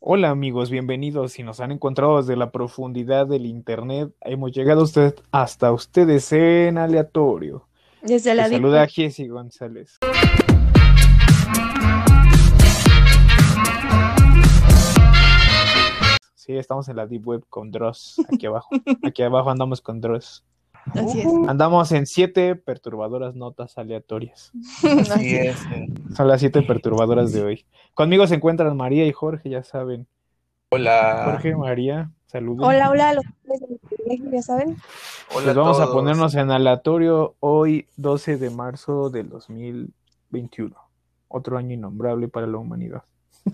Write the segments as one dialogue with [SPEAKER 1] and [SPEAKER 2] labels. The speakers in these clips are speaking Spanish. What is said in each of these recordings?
[SPEAKER 1] Hola amigos, bienvenidos. Si nos han encontrado desde la profundidad del internet, hemos llegado a usted- hasta ustedes en aleatorio.
[SPEAKER 2] Desde
[SPEAKER 1] Te
[SPEAKER 2] la Deep
[SPEAKER 1] saluda
[SPEAKER 2] Web.
[SPEAKER 1] Jesse González. Sí, estamos en la Deep Web con Dross, aquí abajo. Aquí abajo andamos con Dross.
[SPEAKER 2] Así es.
[SPEAKER 1] Uh, Andamos en siete perturbadoras notas aleatorias.
[SPEAKER 2] Así
[SPEAKER 3] Así
[SPEAKER 2] es.
[SPEAKER 3] es. eh.
[SPEAKER 1] Son las siete perturbadoras de hoy. Conmigo se encuentran María y Jorge, ya saben.
[SPEAKER 3] Hola.
[SPEAKER 1] Jorge, María, saludos.
[SPEAKER 2] Hola, hola, los hombres del privilegio, ya saben.
[SPEAKER 3] Hola
[SPEAKER 1] Pues vamos a,
[SPEAKER 3] todos.
[SPEAKER 1] ponernos en aleatorio hoy, 12 de marzo del 2021. Otro año innombrable para la humanidad.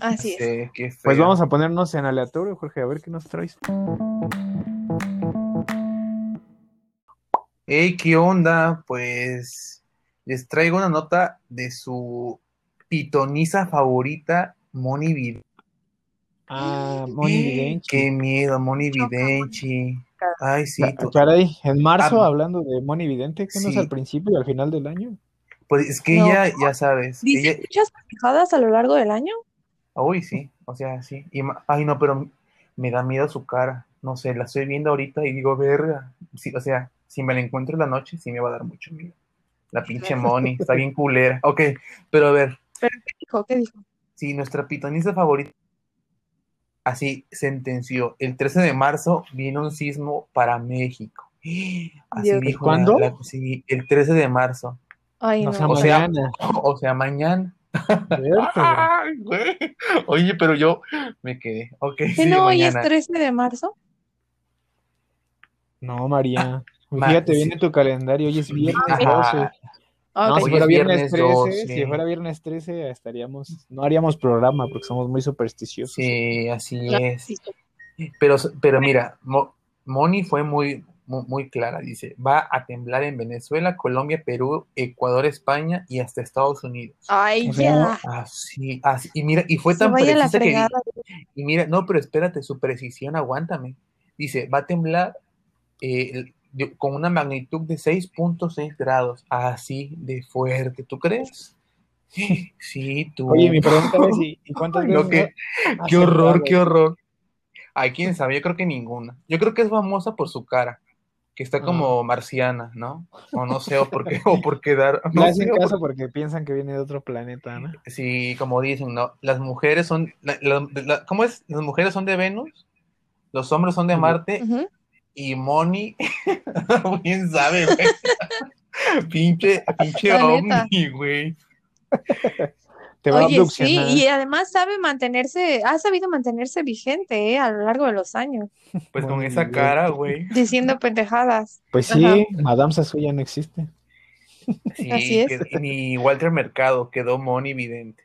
[SPEAKER 2] Así es.
[SPEAKER 3] Sí, qué feo.
[SPEAKER 1] Pues vamos a ponernos en aleatorio, Jorge, a ver qué nos traes.
[SPEAKER 3] Hey, ¿qué onda? Pues les traigo una nota de su pitonisa favorita, Moni Vidente.
[SPEAKER 1] Ah, Moni Videnchi.
[SPEAKER 3] Qué miedo, Moni Videnchi. Ay, sí.
[SPEAKER 1] Ah,
[SPEAKER 3] tú-
[SPEAKER 1] Caray, en marzo
[SPEAKER 3] Ah.
[SPEAKER 1] hablando de Moni Vidente, que no es
[SPEAKER 3] Sí.
[SPEAKER 1] al principio y al final del año.
[SPEAKER 3] Pues es que
[SPEAKER 2] No.
[SPEAKER 3] ella, ya sabes.
[SPEAKER 2] Dice
[SPEAKER 3] ella-
[SPEAKER 2] muchas pendejadas a lo largo del año.
[SPEAKER 3] Uy, sí. O sea, sí. Y ma- Ay, no, pero me da miedo su cara. No sé, la estoy viendo ahorita y digo, verga. Sí, o sea, si me la encuentro en la noche, sí me va a dar mucho miedo. La pinche Moni, está bien culera. Ok, pero a ver.
[SPEAKER 2] Dijo, ¿qué dijo?
[SPEAKER 3] Sí, nuestra pitonisa favorita. Así sentenció. El 13 de marzo viene un sismo para México. Así
[SPEAKER 2] Dios.
[SPEAKER 3] dijo
[SPEAKER 1] ¿Cuándo?
[SPEAKER 3] la- la- sí, el 13 de marzo.
[SPEAKER 2] Ay,
[SPEAKER 1] No
[SPEAKER 2] no.
[SPEAKER 1] sea
[SPEAKER 3] O sea, Ah.
[SPEAKER 1] mañana.
[SPEAKER 3] O sea, mañana.
[SPEAKER 1] Berta,
[SPEAKER 3] ¡Ay, güey! Oye, pero yo me quedé. Ok,
[SPEAKER 2] ¿Qué
[SPEAKER 3] sí,
[SPEAKER 2] no hoy es
[SPEAKER 3] mañana.
[SPEAKER 2] 13 de marzo?
[SPEAKER 1] No, María.
[SPEAKER 3] Ma-
[SPEAKER 1] Fíjate
[SPEAKER 3] sí.
[SPEAKER 1] bien en tu calendario, hoy es viernes
[SPEAKER 3] Ajá.
[SPEAKER 1] 12.
[SPEAKER 2] Ah,
[SPEAKER 1] No,
[SPEAKER 2] ok.
[SPEAKER 1] si
[SPEAKER 3] Hoy
[SPEAKER 1] fuera
[SPEAKER 3] es
[SPEAKER 1] viernes
[SPEAKER 3] viernes
[SPEAKER 1] 13,
[SPEAKER 3] 12.
[SPEAKER 1] si fuera viernes 13 estaríamos, no haríamos programa porque somos muy supersticiosos.
[SPEAKER 3] Sí, así
[SPEAKER 2] Claro,
[SPEAKER 3] es.
[SPEAKER 2] sí.
[SPEAKER 3] Pero, pero mira, Mo- Moni fue muy, muy, muy clara. Dice, va a temblar en Venezuela, Colombia, Perú, Ecuador, España y hasta Estados Unidos.
[SPEAKER 2] Ay,
[SPEAKER 1] O sea,
[SPEAKER 2] ya.
[SPEAKER 3] Así, así, y mira, y fue
[SPEAKER 2] Se
[SPEAKER 3] tan
[SPEAKER 2] vaya a la
[SPEAKER 3] precisa que, di-
[SPEAKER 2] fregada.
[SPEAKER 3] y mira, no, pero espérate, su precisión, aguántame. Dice, va a temblar eh, el- de- con una magnitud de 6.6 grados, así de fuerte, ¿tú crees? Sí, tú.
[SPEAKER 1] Oye, mi pregunta es, ¿y, y cuántas
[SPEAKER 3] Ay,
[SPEAKER 1] veces?
[SPEAKER 3] no, qué-
[SPEAKER 1] ha- ha
[SPEAKER 3] Qué horror,
[SPEAKER 1] acertado?
[SPEAKER 3] qué horror. Ay, quién sabe, yo creo que ninguna. Yo creo que es famosa por su cara, que está como marciana, ¿no? O no sé, o por qué, o por qué dar,
[SPEAKER 1] Le
[SPEAKER 3] no
[SPEAKER 1] hacen
[SPEAKER 3] sé, o por-
[SPEAKER 1] caso porque piensan que viene de otro planeta, ¿no?
[SPEAKER 3] Sí, como dicen, ¿no? Las mujeres son, la- la- la- ¿cómo es? Las mujeres son de Venus, los hombres son de
[SPEAKER 1] Ujú.
[SPEAKER 3] Marte
[SPEAKER 2] Ujú.
[SPEAKER 3] y Moni, quién sabe, güey. Pinche, pinche
[SPEAKER 2] La neta.
[SPEAKER 3] ovni, güey.
[SPEAKER 1] Te va a
[SPEAKER 2] Oye, sí,
[SPEAKER 1] abduccionar.
[SPEAKER 2] y además sabe mantenerse, ha sabido mantenerse vigente, eh, a lo largo de los años,
[SPEAKER 3] Pues con
[SPEAKER 1] Moni,
[SPEAKER 3] esa
[SPEAKER 1] güey.
[SPEAKER 3] cara, güey.
[SPEAKER 2] diciendo pendejadas.
[SPEAKER 1] Pues sí,
[SPEAKER 2] Ajá.
[SPEAKER 1] Madame Sassou ya no existe.
[SPEAKER 3] Sí,
[SPEAKER 2] Así es.
[SPEAKER 3] qued- ni Walter Mercado quedó Moni vidente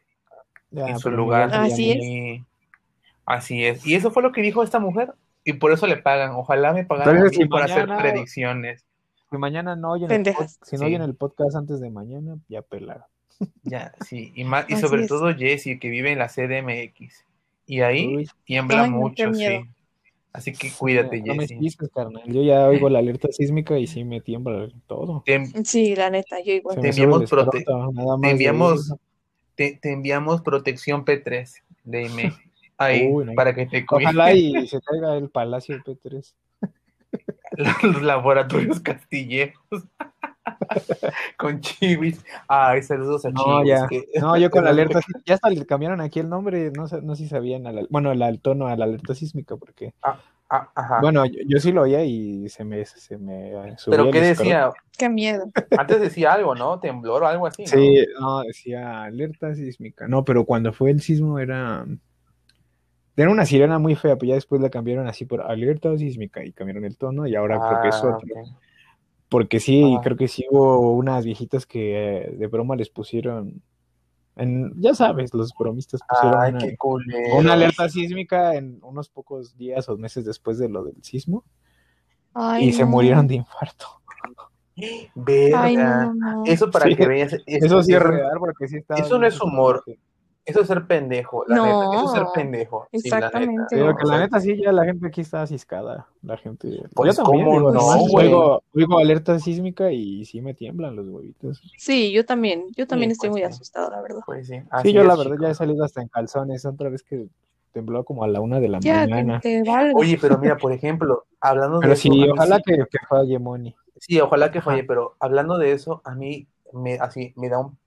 [SPEAKER 1] Ya,
[SPEAKER 3] en su
[SPEAKER 1] Ah, pero
[SPEAKER 3] lugar.
[SPEAKER 1] Miguel se
[SPEAKER 2] Así
[SPEAKER 1] llama.
[SPEAKER 2] es.
[SPEAKER 3] Sí, así es. Y eso fue lo que dijo esta mujer y por eso le pagan. Ojalá me pagaran
[SPEAKER 1] Entonces,
[SPEAKER 3] a mí
[SPEAKER 1] si
[SPEAKER 3] por hacer
[SPEAKER 1] mañana-
[SPEAKER 3] predicciones.
[SPEAKER 1] Si mañana no oyen el,
[SPEAKER 2] Pendejas.
[SPEAKER 1] pod- si no
[SPEAKER 3] Sí.
[SPEAKER 1] oyen el podcast antes de mañana, ya pelaron.
[SPEAKER 3] Ya, sí, y más, y
[SPEAKER 2] Así
[SPEAKER 3] sobre
[SPEAKER 2] es.
[SPEAKER 3] todo Jesse, que vive en la CDMX. Y ahí
[SPEAKER 1] Uy,
[SPEAKER 3] tiembla
[SPEAKER 2] Ay, no, qué
[SPEAKER 3] mucho, sí.
[SPEAKER 2] miedo.
[SPEAKER 3] Así que cuídate,
[SPEAKER 1] no me
[SPEAKER 3] Jesse.
[SPEAKER 1] pises, carnal. Yo ya oigo la alerta sísmica y sí me tiembla todo.
[SPEAKER 3] Te, te
[SPEAKER 2] Sí, la neta, yo igual.
[SPEAKER 1] Se me
[SPEAKER 3] Te
[SPEAKER 1] sube el
[SPEAKER 3] enviamos prote-
[SPEAKER 1] escroto, nada más de
[SPEAKER 3] enviamos-
[SPEAKER 1] eso.
[SPEAKER 3] te enviamos protección P3 de IME. Ahí,
[SPEAKER 1] Uy, no.
[SPEAKER 3] para que te cuide.
[SPEAKER 1] Ojalá y se caiga el Palacio de P3.
[SPEAKER 3] Los laboratorios castillejos. Con Chivis. Ay, saludos a
[SPEAKER 1] No,
[SPEAKER 3] Chivis.
[SPEAKER 1] ya.
[SPEAKER 3] que-
[SPEAKER 1] No, yo con la
[SPEAKER 3] Pero-
[SPEAKER 1] alerta, sí- ya hasta le cambiaron aquí el nombre, no sé, no sé si sabían, a la- bueno, al- al tono, a la alerta sísmica, porque,
[SPEAKER 3] Ah, ajá.
[SPEAKER 1] bueno, yo, yo sí lo oía y se me, se me subía
[SPEAKER 3] Pero
[SPEAKER 1] el
[SPEAKER 3] ¿qué
[SPEAKER 1] escroto.
[SPEAKER 3] decía?
[SPEAKER 2] Qué miedo.
[SPEAKER 3] Antes decía algo, ¿no? Temblor o algo así, ¿no?
[SPEAKER 1] Sí, no, decía alerta sísmica, no, pero cuando fue el sismo era, era una sirena muy fea, pero ya después la cambiaron así por alerta sísmica y cambiaron el tono y ahora creo que es
[SPEAKER 3] Ah,
[SPEAKER 1] otro.
[SPEAKER 3] ok.
[SPEAKER 1] Porque sí,
[SPEAKER 3] Ah.
[SPEAKER 1] creo que sí hubo unas viejitas que eh, de broma les pusieron, en, ya sabes, los bromistas pusieron
[SPEAKER 3] Ay,
[SPEAKER 1] una,
[SPEAKER 3] qué culero.
[SPEAKER 1] una alerta sísmica en unos pocos días o meses después de lo del sismo
[SPEAKER 2] Ay,
[SPEAKER 1] y se
[SPEAKER 2] no.
[SPEAKER 1] murieron de infarto.
[SPEAKER 3] Verga.
[SPEAKER 2] Ay, no, no.
[SPEAKER 3] Eso para
[SPEAKER 1] Sí.
[SPEAKER 3] que veas. es-
[SPEAKER 1] Eso sí es
[SPEAKER 3] eso-
[SPEAKER 1] real porque sí estaba.
[SPEAKER 3] eso
[SPEAKER 1] bien
[SPEAKER 3] no es
[SPEAKER 1] asustado,
[SPEAKER 3] humor.
[SPEAKER 1] porque-
[SPEAKER 3] Eso es ser pendejo, la
[SPEAKER 2] No.
[SPEAKER 3] neta. Eso es ser pendejo. sí, la neta.
[SPEAKER 2] Exactamente.
[SPEAKER 1] Pero
[SPEAKER 3] No,
[SPEAKER 1] que
[SPEAKER 3] o
[SPEAKER 1] la
[SPEAKER 3] sea,
[SPEAKER 1] neta sí, ya la gente aquí está ciscada. La gente.
[SPEAKER 3] Pues,
[SPEAKER 1] Yo también,
[SPEAKER 3] ¿cómo
[SPEAKER 1] digo,
[SPEAKER 2] no,
[SPEAKER 1] nomás
[SPEAKER 2] güey?
[SPEAKER 1] oigo, oigo alerta sísmica y sí me tiemblan los huevitos.
[SPEAKER 2] Sí, yo también. Yo también
[SPEAKER 3] Sí,
[SPEAKER 2] estoy
[SPEAKER 3] pues
[SPEAKER 2] muy
[SPEAKER 3] sí.
[SPEAKER 2] asustada, la verdad.
[SPEAKER 3] Pues sí,
[SPEAKER 1] Sí,
[SPEAKER 3] así
[SPEAKER 1] yo la
[SPEAKER 3] es,
[SPEAKER 1] verdad ya he
[SPEAKER 3] chicos.
[SPEAKER 1] salido hasta en calzones otra vez que tembló como a la una de la
[SPEAKER 2] Ya,
[SPEAKER 1] mañana.
[SPEAKER 2] te valgo.
[SPEAKER 3] Oye, pero mira, por ejemplo, hablando
[SPEAKER 1] Pero
[SPEAKER 3] de eso,
[SPEAKER 1] sí,
[SPEAKER 3] a mí
[SPEAKER 1] ojalá
[SPEAKER 3] sí-
[SPEAKER 1] que, que falle Moni.
[SPEAKER 3] Sí, ojalá que falle, pero hablando de eso, a mí me, así, me da un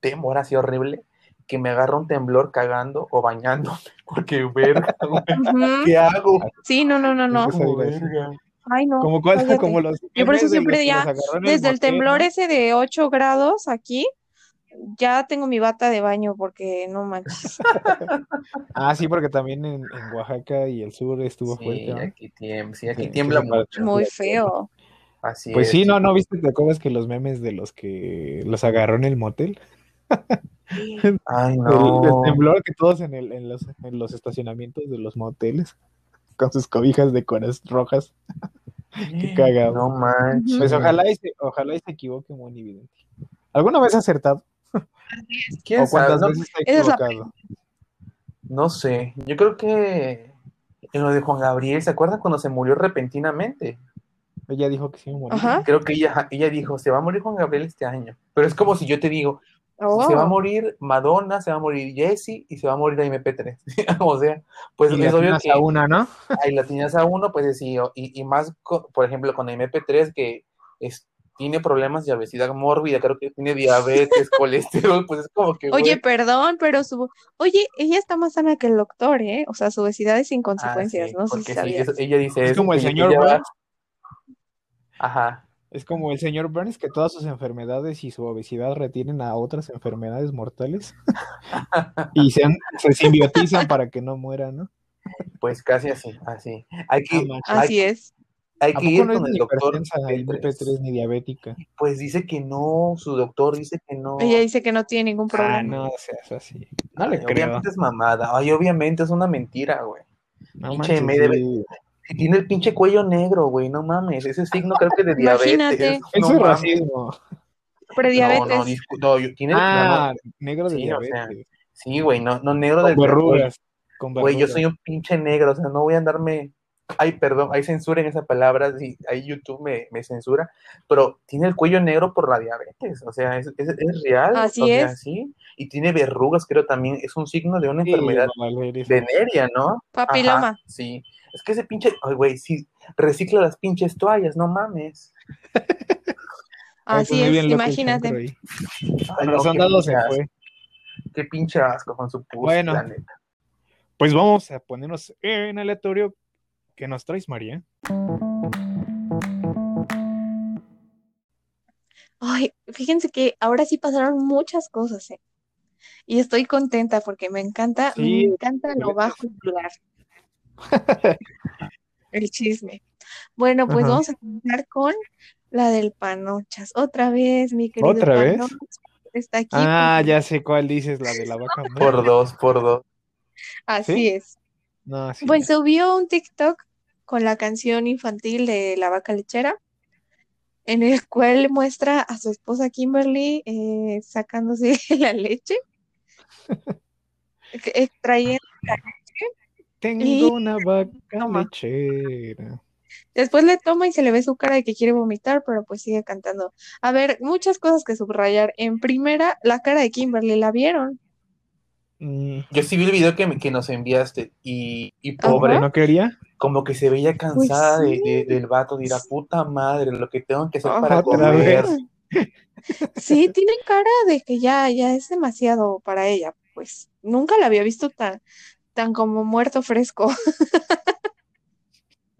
[SPEAKER 3] temor así horrible que me agarra un temblor cagando o bañándome, porque verga, güey,
[SPEAKER 2] Ujú.
[SPEAKER 3] ¿qué hago?
[SPEAKER 2] Sí, no, no, no, no.
[SPEAKER 1] Eso
[SPEAKER 3] Como
[SPEAKER 1] iba a decir.
[SPEAKER 3] verga.
[SPEAKER 2] Ay, no.
[SPEAKER 1] Como cosa-
[SPEAKER 2] cállate.
[SPEAKER 1] como los.
[SPEAKER 2] Yo por
[SPEAKER 1] memes
[SPEAKER 2] eso
[SPEAKER 1] de
[SPEAKER 2] siempre
[SPEAKER 1] los que
[SPEAKER 2] ya,
[SPEAKER 1] nos agarró en
[SPEAKER 2] Desde
[SPEAKER 1] motel,
[SPEAKER 2] el
[SPEAKER 1] ¿no?
[SPEAKER 2] temblor ese de 8 grados aquí, ya tengo mi bata de baño porque no manches.
[SPEAKER 1] Ah, sí, porque también en, en Oaxaca y el sur estuvo fuerte.
[SPEAKER 3] Sí,
[SPEAKER 1] ¿no?
[SPEAKER 3] aquí tiembla, sí, aquí
[SPEAKER 1] Sí,
[SPEAKER 3] tiembla
[SPEAKER 1] entonces,
[SPEAKER 3] mucho.
[SPEAKER 2] Muy feo.
[SPEAKER 3] Así
[SPEAKER 1] Pues
[SPEAKER 3] es.
[SPEAKER 1] sí, no, no viste, ¿te acuerdas que los memes de los que los agarró en el motel?
[SPEAKER 3] Ay,
[SPEAKER 1] El, el
[SPEAKER 3] no.
[SPEAKER 1] temblor que todos en, el, en, los, en los estacionamientos de los moteles con sus cobijas de cueras rojas. Qué cagado.
[SPEAKER 3] No manches.
[SPEAKER 1] Pues ojalá y se, ojalá y se equivoque Moni Vidente. ¿Alguna vez ha acertado?
[SPEAKER 3] ¿Quién
[SPEAKER 1] ¿O cuántas
[SPEAKER 3] sabe? No-
[SPEAKER 1] veces se ha
[SPEAKER 2] Esa es la
[SPEAKER 1] equivocado?
[SPEAKER 3] No sé, yo creo que en lo de Juan Gabriel, ¿se acuerdan cuando se murió repentinamente?
[SPEAKER 1] Ella dijo que sí me morí.
[SPEAKER 2] Ajá.
[SPEAKER 3] Creo que ella, ella dijo, se va a morir Juan Gabriel este año. Pero es como si yo te digo,
[SPEAKER 2] Oh.
[SPEAKER 3] se va a morir Madonna, se va a morir Jessie y se va a morir MP3. o sea, pues
[SPEAKER 1] Y le
[SPEAKER 3] es obvio
[SPEAKER 1] atinas
[SPEAKER 3] que
[SPEAKER 1] a una, ¿no?
[SPEAKER 3] ahí la tenías a uno, pues sí, o- y, y más, co- por ejemplo, con MP3 que es- tiene problemas de obesidad mórbida, creo que tiene diabetes, colesterol, pues es como que... güey,
[SPEAKER 2] Oye, perdón, pero su... Oye, ella está más sana que el doctor, ¿eh? O sea, su obesidad es sin
[SPEAKER 3] ah,
[SPEAKER 2] consecuencias,
[SPEAKER 3] sí,
[SPEAKER 2] no sé si
[SPEAKER 3] porque sí,
[SPEAKER 2] sabías.
[SPEAKER 3] eso- ella dice
[SPEAKER 1] Es
[SPEAKER 3] eso,
[SPEAKER 1] como el
[SPEAKER 3] que- que
[SPEAKER 1] señor
[SPEAKER 3] ella va-
[SPEAKER 1] Burns.
[SPEAKER 3] Ajá.
[SPEAKER 1] Es como el señor Burns que todas sus enfermedades y su obesidad retienen a otras enfermedades mortales y se, han- se simbiotizan para que no mueran, ¿no?
[SPEAKER 3] Pues casi así, así. Hay que,
[SPEAKER 1] Ah, macho.
[SPEAKER 3] hay,
[SPEAKER 2] Así es.
[SPEAKER 3] hay
[SPEAKER 1] ¿A
[SPEAKER 3] que
[SPEAKER 1] poco
[SPEAKER 3] ir
[SPEAKER 1] no es
[SPEAKER 3] con
[SPEAKER 1] ni
[SPEAKER 3] el doctor.
[SPEAKER 1] hipertensa, ni
[SPEAKER 3] Petres.
[SPEAKER 1] MP3, ni diabética?
[SPEAKER 3] Pues dice que no, su doctor dice que no.
[SPEAKER 2] Ella dice que no tiene ningún
[SPEAKER 1] Ah,
[SPEAKER 2] problema.
[SPEAKER 1] no seas así. No
[SPEAKER 3] Ay,
[SPEAKER 1] le creo.
[SPEAKER 3] obviamente es mamada. Ay, obviamente es una mentira, güey.
[SPEAKER 1] No
[SPEAKER 3] pinche
[SPEAKER 1] manches,
[SPEAKER 3] me debe-
[SPEAKER 1] sí.
[SPEAKER 3] Y tiene el pinche cuello negro, güey, no mames. Ese signo creo que de diabetes.
[SPEAKER 2] Imagínate.
[SPEAKER 3] No
[SPEAKER 1] Eso es
[SPEAKER 3] mames.
[SPEAKER 1] racismo.
[SPEAKER 2] Prediabetes.
[SPEAKER 3] No, no, discu- no, yo- tiene, no, no.
[SPEAKER 1] Ah, negro de
[SPEAKER 3] Sí, o sea,
[SPEAKER 1] diabetes.
[SPEAKER 3] Sí, güey, no, no negro
[SPEAKER 1] Con
[SPEAKER 3] del
[SPEAKER 1] verrugas. Con
[SPEAKER 3] Güey, yo
[SPEAKER 1] verrugas.
[SPEAKER 3] soy un pinche negro, o sea, no voy a andarme. Ay, perdón, hay censura en esas palabras y ahí YouTube me, me censura, pero tiene el cuello negro por la diabetes, o sea, es, es, es real,
[SPEAKER 2] Así
[SPEAKER 3] o sea,
[SPEAKER 2] es.
[SPEAKER 3] sí, y tiene verrugas, creo también, es un signo de una
[SPEAKER 1] Sí,
[SPEAKER 3] enfermedad
[SPEAKER 1] mamá, eres-
[SPEAKER 3] venérea, ¿no?
[SPEAKER 2] Papiloma.
[SPEAKER 3] Ajá, sí, es que ese pinche, ay, güey, sí, recicla las pinches toallas, no mames.
[SPEAKER 1] Ay, pues
[SPEAKER 2] Así
[SPEAKER 1] muy
[SPEAKER 2] es,
[SPEAKER 1] bien loco el chancro
[SPEAKER 2] imagínate.
[SPEAKER 1] ahí.
[SPEAKER 3] Ay,
[SPEAKER 1] Con
[SPEAKER 3] no,
[SPEAKER 1] razón
[SPEAKER 3] qué
[SPEAKER 1] dado se
[SPEAKER 3] pinche asco,
[SPEAKER 1] fue.
[SPEAKER 3] Qué pinche asco con su pus,
[SPEAKER 1] Bueno.
[SPEAKER 3] la neta.
[SPEAKER 1] Pues vamos a ponernos en aleatorio. ¿Qué nos traes, María?
[SPEAKER 2] Ay, fíjense que ahora sí pasaron muchas cosas, ¿eh? Y estoy contenta porque me encanta,
[SPEAKER 1] Sí,
[SPEAKER 2] me encanta lo
[SPEAKER 1] excelente.
[SPEAKER 2] bajo y vulgar. El chisme. Bueno, pues
[SPEAKER 1] Ajá.
[SPEAKER 2] vamos a comenzar con la del Panochas. Otra vez, mi querido
[SPEAKER 1] ¿Otra vez?
[SPEAKER 2] Panochas está aquí.
[SPEAKER 1] Ah, ya sé cuál dices, la de la vaca
[SPEAKER 3] Por dos, por dos.
[SPEAKER 2] Así
[SPEAKER 1] ¿sí?
[SPEAKER 2] es.
[SPEAKER 1] No, sí.
[SPEAKER 2] Pues subió un TikTok con la canción infantil de La Vaca Lechera, en el cual muestra a su esposa Kimberly eh, sacándose la leche, E-, extrayendo. y-
[SPEAKER 1] Tengo una vaca
[SPEAKER 2] Toma.
[SPEAKER 1] lechera.
[SPEAKER 2] Después le toma y se le ve su cara de que quiere vomitar, pero pues sigue cantando. A ver, muchas cosas que subrayar. En primera, la cara de Kimberly, ¿la vieron?
[SPEAKER 1] Mm,
[SPEAKER 3] Yo sí vi el video que, me- que nos enviaste y, y
[SPEAKER 2] Ajá. Pues
[SPEAKER 3] pobre,
[SPEAKER 1] ¿No quería?
[SPEAKER 3] como que se veía cansada de-
[SPEAKER 2] sí.
[SPEAKER 3] de- del vato, de la puta madre, lo que tengo que hacer
[SPEAKER 2] Ajá.
[SPEAKER 3] para
[SPEAKER 1] Otra
[SPEAKER 3] comer.
[SPEAKER 1] vez.
[SPEAKER 2] Ah, Sí, tiene cara de que ya, ya es demasiado para ella. Pues nunca la había visto tan, tan como muerto fresco.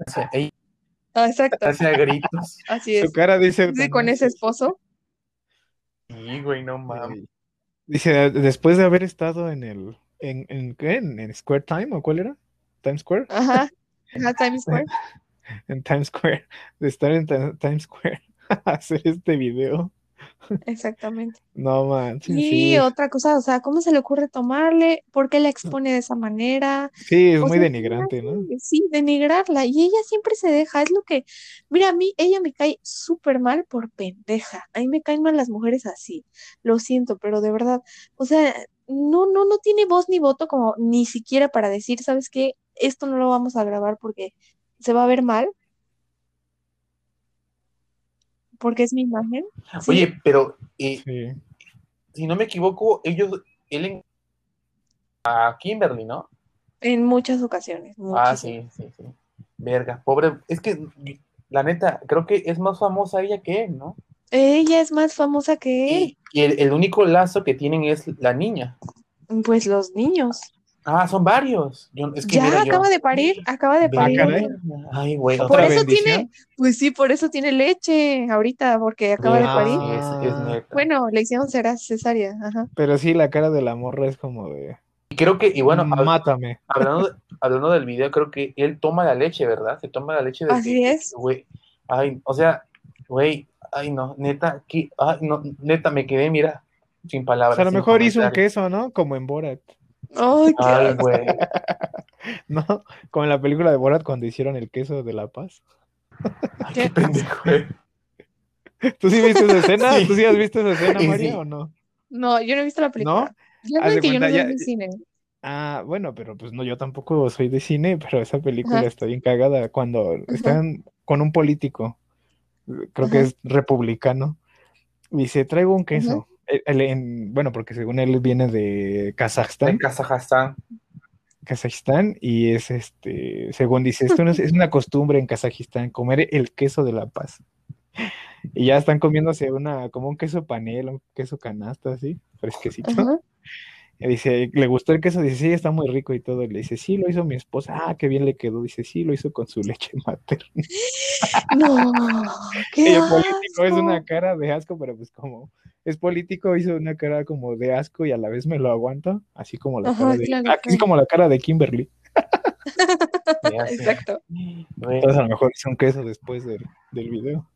[SPEAKER 3] O sea, ella
[SPEAKER 2] Ah, Exacto,
[SPEAKER 3] hacía gritos.
[SPEAKER 2] así
[SPEAKER 1] Su
[SPEAKER 2] es.
[SPEAKER 1] cara dice.
[SPEAKER 2] Sí, con ese esposo.
[SPEAKER 3] Sí, güey, no mames.
[SPEAKER 1] Sí. Dice, "Ah, después de haber estado en el. ¿En, en qué? ¿En, en Square Time o cuál era? ¿Times Square?
[SPEAKER 2] Ajá. Ajá, Times Square.
[SPEAKER 1] En Times Square. De estar en Ti- Times Square. Hacer este video.
[SPEAKER 2] Exactamente.
[SPEAKER 1] No manches.
[SPEAKER 2] Y
[SPEAKER 1] Sí,
[SPEAKER 2] otra cosa, o sea, ¿cómo se le ocurre tomarle? ¿Por qué la expone de esa manera?
[SPEAKER 1] sí es
[SPEAKER 2] O
[SPEAKER 1] muy
[SPEAKER 2] sea,
[SPEAKER 1] denigrante, ¿no?
[SPEAKER 2] Sí, denigrarla. Y ella siempre se deja, es lo que, mira, a mí ella me cae súper mal por pendeja. A mí me caen mal las mujeres así. Lo siento, pero de verdad, o sea, no, no, no tiene voz ni voto como ni siquiera para decir, ¿sabes qué? Esto no lo vamos a grabar porque se va a ver mal, porque es mi imagen. Sí,
[SPEAKER 3] Oye, pero eh,
[SPEAKER 1] Sí.
[SPEAKER 3] si no me equivoco, ellos, él en- a Kimberly, ¿no?
[SPEAKER 2] En muchas ocasiones.
[SPEAKER 3] Ah,
[SPEAKER 2] muchísimas.
[SPEAKER 3] sí, sí, sí. Verga, pobre. Es que, la neta, creo que es más famosa ella que él, ¿no?
[SPEAKER 2] Ella es más famosa que él.
[SPEAKER 3] Y, y el, el único lazo que tienen es la niña.
[SPEAKER 2] Pues los niños.
[SPEAKER 3] Ah, son varios. Yo- es que
[SPEAKER 2] ya
[SPEAKER 3] mira, yo-
[SPEAKER 2] acaba de parir, acaba de
[SPEAKER 3] Verga.
[SPEAKER 1] Ah,
[SPEAKER 2] parir.
[SPEAKER 1] caray.
[SPEAKER 3] Ay, güey.
[SPEAKER 1] Por
[SPEAKER 2] Por
[SPEAKER 3] otra
[SPEAKER 2] eso
[SPEAKER 3] vez.
[SPEAKER 1] bendición.
[SPEAKER 2] tiene, pues sí, por eso tiene leche ahorita, porque acaba de
[SPEAKER 1] Ah.
[SPEAKER 2] parir.
[SPEAKER 3] Sí, es- es neta.
[SPEAKER 2] Bueno, le hicieron será cesárea, ajá.
[SPEAKER 1] Pero sí, la cara de la morra es como de.
[SPEAKER 3] Y creo que, y bueno, hab-
[SPEAKER 1] mátame.
[SPEAKER 3] hablando, hablando del video, creo que él toma la leche, ¿verdad? Se toma la leche de
[SPEAKER 2] Así es.
[SPEAKER 3] Güey, ay, o sea, güey, ay no, neta, que, ay, no, neta, me quedé, mira, sin
[SPEAKER 1] O
[SPEAKER 3] palabras.
[SPEAKER 1] sea, a lo
[SPEAKER 3] sin
[SPEAKER 1] mejor hizo un
[SPEAKER 3] comentarios.
[SPEAKER 1] queso, ¿no? Como en Borat,
[SPEAKER 2] Ay, qué
[SPEAKER 3] Ay, güey.
[SPEAKER 1] ¿no? Como en la película de Borat cuando hicieron el queso de La Paz.
[SPEAKER 3] Ay, qué pendejo, eh, güey.
[SPEAKER 1] ¿Tú sí viste esa escena?
[SPEAKER 3] Sí.
[SPEAKER 1] ¿Tú sí has visto esa escena,
[SPEAKER 3] Sí,
[SPEAKER 1] María,
[SPEAKER 3] sí.
[SPEAKER 1] o no?
[SPEAKER 2] No, yo no he visto la película.
[SPEAKER 1] ¿No?
[SPEAKER 2] Ya
[SPEAKER 1] Haz
[SPEAKER 2] ven
[SPEAKER 1] de
[SPEAKER 2] que yo no
[SPEAKER 1] cuenta,
[SPEAKER 2] soy
[SPEAKER 1] ya-
[SPEAKER 2] de cine.
[SPEAKER 1] Ah, bueno, pero pues no, yo tampoco soy de cine, pero esa película
[SPEAKER 2] Ajá.
[SPEAKER 1] está bien cagada. Cuando están con un político, creo que
[SPEAKER 2] Ajá.
[SPEAKER 1] es republicano, y dice, traigo un queso. Él- él en- bueno, porque según él viene de Kazajstán.
[SPEAKER 3] En Kazajstán.
[SPEAKER 1] Kazajistán y es este, según dice, esto no es, es una costumbre en Kazajistán comer el queso de la paz. Y ya están comiéndose una, como un queso panel, un queso canasta, así, fresquecito.
[SPEAKER 2] Ajá.
[SPEAKER 1] Y dice, ¿le gustó el queso? Dice, sí, está muy rico y todo. Y le dice, sí, lo hizo mi esposa. Ah, qué bien le quedó. Dice, sí, lo hizo con su leche materna.
[SPEAKER 2] No, qué
[SPEAKER 1] Y el político es
[SPEAKER 2] asco.
[SPEAKER 1] una cara de asco, pero pues como es político, hizo una cara como de asco y a la vez me lo aguanto, así como la
[SPEAKER 2] Ajá,
[SPEAKER 1] cara de, ah,
[SPEAKER 2] claro,
[SPEAKER 1] así
[SPEAKER 2] claro.
[SPEAKER 1] como la cara de Kimberly.
[SPEAKER 3] Ya sé.
[SPEAKER 2] Exacto.
[SPEAKER 3] Güey,
[SPEAKER 1] Entonces a lo mejor hizo un queso después del, del video.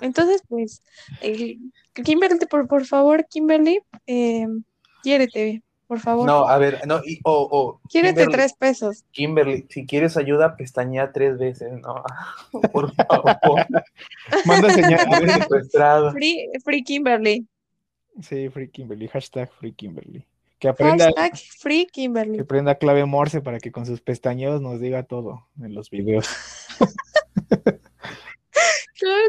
[SPEAKER 2] Entonces, pues, el- Kimberly, por, por favor, Kimberly, eh, quiérete, por favor.
[SPEAKER 3] No, a ver, no, y, o, o,
[SPEAKER 2] Quiérete
[SPEAKER 3] Kimberly,
[SPEAKER 2] tres pesos.
[SPEAKER 3] Kimberly, si quieres ayuda, pestañea tres veces, ¿no? Por favor,
[SPEAKER 1] Manda señal. pues.
[SPEAKER 3] secuestrado.
[SPEAKER 2] Free, free Kimberly.
[SPEAKER 1] Sí, Free Kimberly, hashtag Free Kimberly. Que aprenda,
[SPEAKER 2] Hashtag Free
[SPEAKER 1] que
[SPEAKER 2] Kimberly.
[SPEAKER 1] aprenda clave Morse para que con sus pestañeos nos diga todo en los videos.
[SPEAKER 2] Claro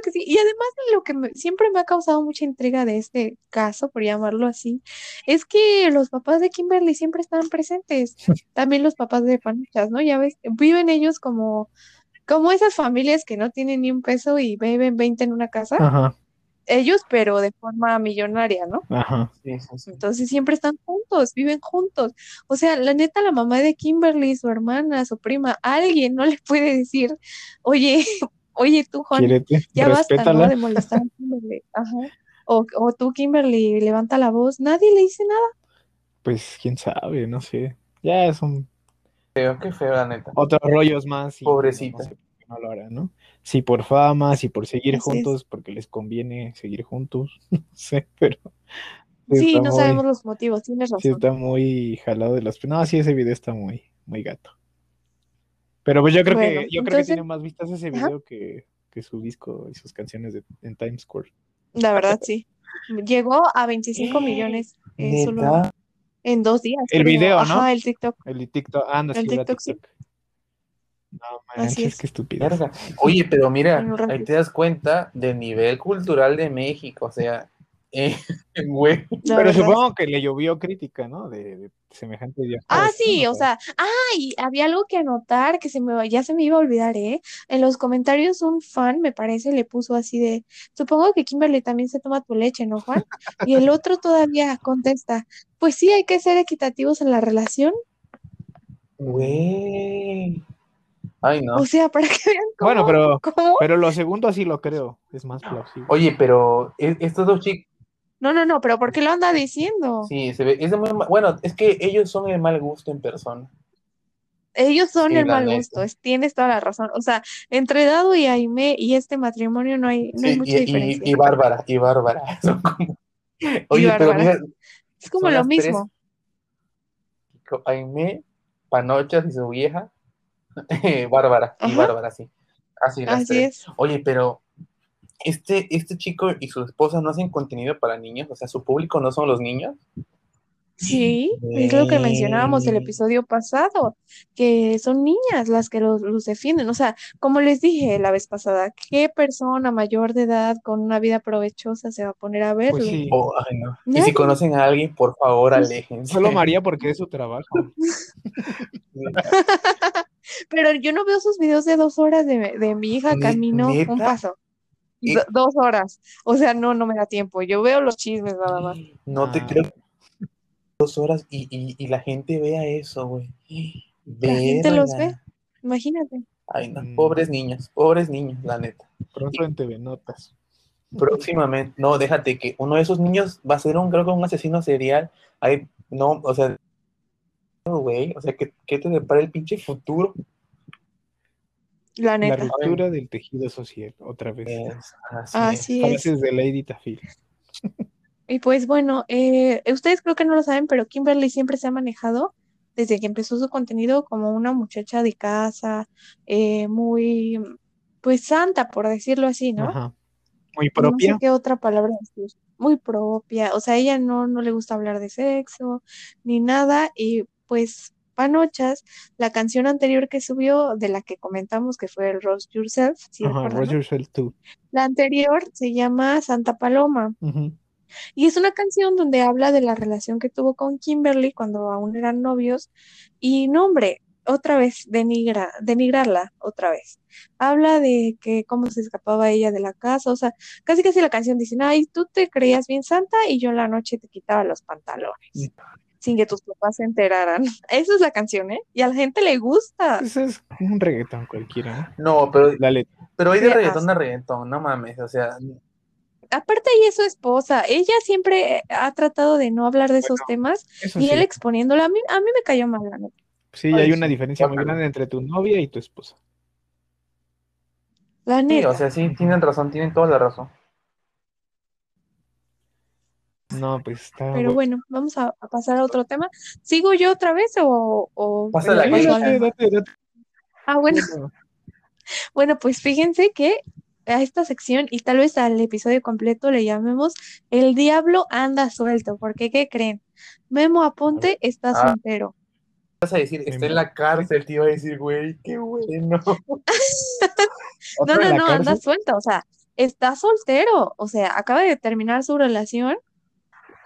[SPEAKER 2] que sí. Y además lo que me- siempre me ha causado mucha intriga de este caso, por llamarlo así, es que los papás de Kimberly siempre están presentes. También los papás de Panuchas, ¿no? Ya ves, viven ellos como, como esas familias que no tienen ni un peso y beben 20 en una casa.
[SPEAKER 1] Ajá,
[SPEAKER 2] Ellos, pero de forma millonaria, ¿no?
[SPEAKER 1] ajá.
[SPEAKER 3] Sí, sí, sí.
[SPEAKER 2] Entonces siempre están juntos, viven juntos. O sea, la neta, la mamá de Kimberly, su hermana, su prima, alguien no le puede decir, oye, oye tú, Juan,
[SPEAKER 1] Quiérete,
[SPEAKER 2] ya basta, ¿no?
[SPEAKER 1] respétala.
[SPEAKER 2] De molestar a Kimberly. Ajá. O, o tú, Kimberly, levanta la voz. Nadie le dice nada.
[SPEAKER 1] Pues quién sabe, no sé. Ya es un
[SPEAKER 3] Feo, qué feo, la neta.
[SPEAKER 1] otros rollos más. y
[SPEAKER 3] Pobrecita.
[SPEAKER 1] No, sé por qué no lo hará, ¿no? Si por fama, si por seguir
[SPEAKER 2] Así es.
[SPEAKER 1] juntos, porque les conviene seguir juntos. No sé, pero.
[SPEAKER 2] Sí,
[SPEAKER 1] está
[SPEAKER 2] no
[SPEAKER 1] muy-
[SPEAKER 2] sabemos los motivos, tienes
[SPEAKER 1] Sí,
[SPEAKER 2] razón.
[SPEAKER 1] está muy jalado de las. No, sí, ese video está muy, muy gato. Pero pues yo creo
[SPEAKER 2] Bueno,
[SPEAKER 1] que, yo creo que
[SPEAKER 2] entonces-
[SPEAKER 1] tiene más vistas ese
[SPEAKER 2] Ajá.
[SPEAKER 1] video que, que su disco y sus canciones de- en Times Square.
[SPEAKER 2] La verdad, sí. Llegó a 25
[SPEAKER 3] Eh,
[SPEAKER 2] millones eh, solo
[SPEAKER 3] Neta.
[SPEAKER 2] en dos días.
[SPEAKER 1] El
[SPEAKER 2] creo.
[SPEAKER 1] video, ¿no?
[SPEAKER 2] Ajá, el TikTok.
[SPEAKER 1] El de TikTok. Ah, no,
[SPEAKER 2] El
[SPEAKER 1] sí, era
[SPEAKER 2] TikTok, sí.
[SPEAKER 1] TikTok. No
[SPEAKER 2] Así
[SPEAKER 1] manches,
[SPEAKER 2] es.
[SPEAKER 1] qué estupidez.
[SPEAKER 3] Verga. Oye, pero mira,
[SPEAKER 2] En un ratito.
[SPEAKER 3] ahí te das cuenta del nivel cultural de México, o sea, eh, güey.
[SPEAKER 2] la
[SPEAKER 1] Pero
[SPEAKER 2] verdad.
[SPEAKER 1] supongo que le llovió crítica, ¿no? De, de semejante Pues, viaje.
[SPEAKER 2] Ah,
[SPEAKER 3] Pues
[SPEAKER 2] sí, o sea, ah, y había algo que anotar que se me, ya se me iba a olvidar, ¿eh? En los comentarios un fan, me parece, le puso así de, supongo que Kimberly también se toma tu leche, ¿no, Juan? Y el otro todavía contesta, pues sí, hay que ser equitativos en la relación,
[SPEAKER 3] Güey. Ay, no.
[SPEAKER 2] o sea, para que vean cómo,
[SPEAKER 1] Bueno, pero,
[SPEAKER 2] cómo,
[SPEAKER 1] pero lo segundo sí lo creo. Es más plausible.
[SPEAKER 3] Oye, pero e- estos dos chicos,
[SPEAKER 2] no, no, no, pero ¿por qué lo anda diciendo?
[SPEAKER 3] sí, se ve, es de muy ma- bueno, es que ellos son el mal gusto en persona.
[SPEAKER 2] Ellos son
[SPEAKER 3] Sí,
[SPEAKER 2] el
[SPEAKER 3] la
[SPEAKER 2] mal
[SPEAKER 3] neta.
[SPEAKER 2] gusto, es- tienes toda la razón, o sea, entre Dado y Aime y este matrimonio no hay, no hay
[SPEAKER 3] Sí,
[SPEAKER 2] mucha
[SPEAKER 3] y, y-
[SPEAKER 2] diferencia,
[SPEAKER 3] y Bárbara, y Bárbara. Son como- Oye, pero
[SPEAKER 2] Bárbara.
[SPEAKER 3] mira,
[SPEAKER 2] es como
[SPEAKER 3] son
[SPEAKER 2] lo
[SPEAKER 3] las tres.
[SPEAKER 2] mismo.
[SPEAKER 3] co- Aimee, Panochas y su vieja, Eh, Bárbara, y
[SPEAKER 2] Ajá.
[SPEAKER 3] Bárbara, sí. Así las
[SPEAKER 2] Así
[SPEAKER 3] tres.
[SPEAKER 2] es.
[SPEAKER 3] Oye, pero este, este chico y su esposa no hacen contenido para niños, o sea, su público no son los niños.
[SPEAKER 2] Sí, es lo que
[SPEAKER 3] Sí.
[SPEAKER 2] mencionábamos el episodio pasado, que son niñas las que los, los defienden. O sea, como les dije la vez pasada, ¿qué persona mayor de edad con una vida provechosa se va a poner a verlo?
[SPEAKER 1] Pues sí.
[SPEAKER 3] O, ay, no. Y si
[SPEAKER 2] Nadie. Pues,
[SPEAKER 3] conocen a alguien, por favor, aléjense.
[SPEAKER 1] Solo María porque es su trabajo.
[SPEAKER 2] Pero yo no veo sus videos de dos horas de, de mi hija
[SPEAKER 3] Ne-
[SPEAKER 2] camino
[SPEAKER 3] ¿neta?
[SPEAKER 2] un paso.
[SPEAKER 3] Y-
[SPEAKER 2] Do- dos horas. O sea, no, no me da tiempo. Yo veo los chismes nada más.
[SPEAKER 3] No te
[SPEAKER 1] Ah.
[SPEAKER 3] creo. Dos horas y, y, y la gente vea eso, güey.
[SPEAKER 2] La gente los
[SPEAKER 3] Verga.
[SPEAKER 2] Imagínate.
[SPEAKER 3] Ay, no.
[SPEAKER 1] Mm.
[SPEAKER 3] Pobres niños, pobres niños, la neta.
[SPEAKER 1] Pronto en TV Notas.
[SPEAKER 3] Próximamente, no, déjate que uno de esos niños va a ser un, creo que un asesino serial. Ay, no, o sea, no, güey, o sea, ¿qué, qué te depara el pinche futuro?
[SPEAKER 2] La
[SPEAKER 1] La
[SPEAKER 2] neta.
[SPEAKER 1] ruptura del tejido social, otra vez.
[SPEAKER 3] Es así es.
[SPEAKER 2] Así es.
[SPEAKER 1] Frases de Lady Tafil.
[SPEAKER 2] Y pues bueno, eh, ustedes creo que no lo saben, pero Kimberly siempre se ha manejado desde que empezó su contenido como una muchacha de casa, eh, muy, pues santa, por decirlo así, ¿no?
[SPEAKER 1] Ajá. Muy
[SPEAKER 2] No
[SPEAKER 1] propia.
[SPEAKER 2] sé qué otra palabra decir. Muy propia. O sea, ella no, no le gusta hablar de sexo ni nada. Y pues, Panochas, la canción anterior que subió, de la que comentamos, que fue el Rose Yourself, si
[SPEAKER 1] Ajá,
[SPEAKER 2] recuerdan, ¿no?
[SPEAKER 1] Roger Shell 2.
[SPEAKER 2] La anterior se llama Santa Paloma. Y es una canción donde habla de la relación que tuvo con Kimberly cuando aún eran novios. Y no, hombre, otra vez denigra, denigrarla, otra vez. Habla de que cómo se escapaba ella de la casa. O sea, casi casi la canción dice, ay, tú te creías bien santa y yo en la noche te quitaba los pantalones. Sin que tus papás se enteraran. Esa es la canción, ¿eh? Y a la gente le gusta.
[SPEAKER 1] Ese Pues es un reggaetón cualquiera.
[SPEAKER 3] No, pero,
[SPEAKER 1] ¿no? La letra.
[SPEAKER 3] pero hay de
[SPEAKER 2] Qué
[SPEAKER 3] reggaetón a reggaetón, no mames, o sea,
[SPEAKER 2] Aparte, ella es su esposa. Ella siempre ha tratado de no hablar de esos temas.
[SPEAKER 1] Eso
[SPEAKER 2] Y pues
[SPEAKER 1] sí.
[SPEAKER 2] él exponiéndolo, a mí, a mí me cayó mal, la neta.
[SPEAKER 1] Sí, hay
[SPEAKER 3] Ay,
[SPEAKER 1] una
[SPEAKER 3] sí.
[SPEAKER 1] diferencia muy grande entre tu novia y tu esposa.
[SPEAKER 2] La
[SPEAKER 3] sí,
[SPEAKER 2] neta.
[SPEAKER 3] o sea, sí, tienen razón, tienen toda la razón.
[SPEAKER 1] No, pues está.
[SPEAKER 2] Pero bueno, vamos a, a pasar a otro tema. ¿Sigo yo otra vez o...? o
[SPEAKER 3] Pasa
[SPEAKER 2] o
[SPEAKER 3] la
[SPEAKER 1] Sí,
[SPEAKER 2] paso
[SPEAKER 3] Gris.
[SPEAKER 2] al-
[SPEAKER 1] date, date, date.
[SPEAKER 2] Ah, pues, bueno, bueno, pues fíjense que a esta sección y tal vez al episodio completo le llamemos El Diablo anda suelto, porque ¿qué creen? Memo Aponte está
[SPEAKER 3] Ah.
[SPEAKER 2] soltero.
[SPEAKER 3] Vas a decir, está en la cárcel, te iba a decir, güey, qué bueno.
[SPEAKER 2] No,
[SPEAKER 1] ¿Otro en
[SPEAKER 2] no,
[SPEAKER 1] la
[SPEAKER 2] no, anda
[SPEAKER 1] cárcel?
[SPEAKER 2] suelto, o sea, está soltero, o sea, acaba de terminar su relación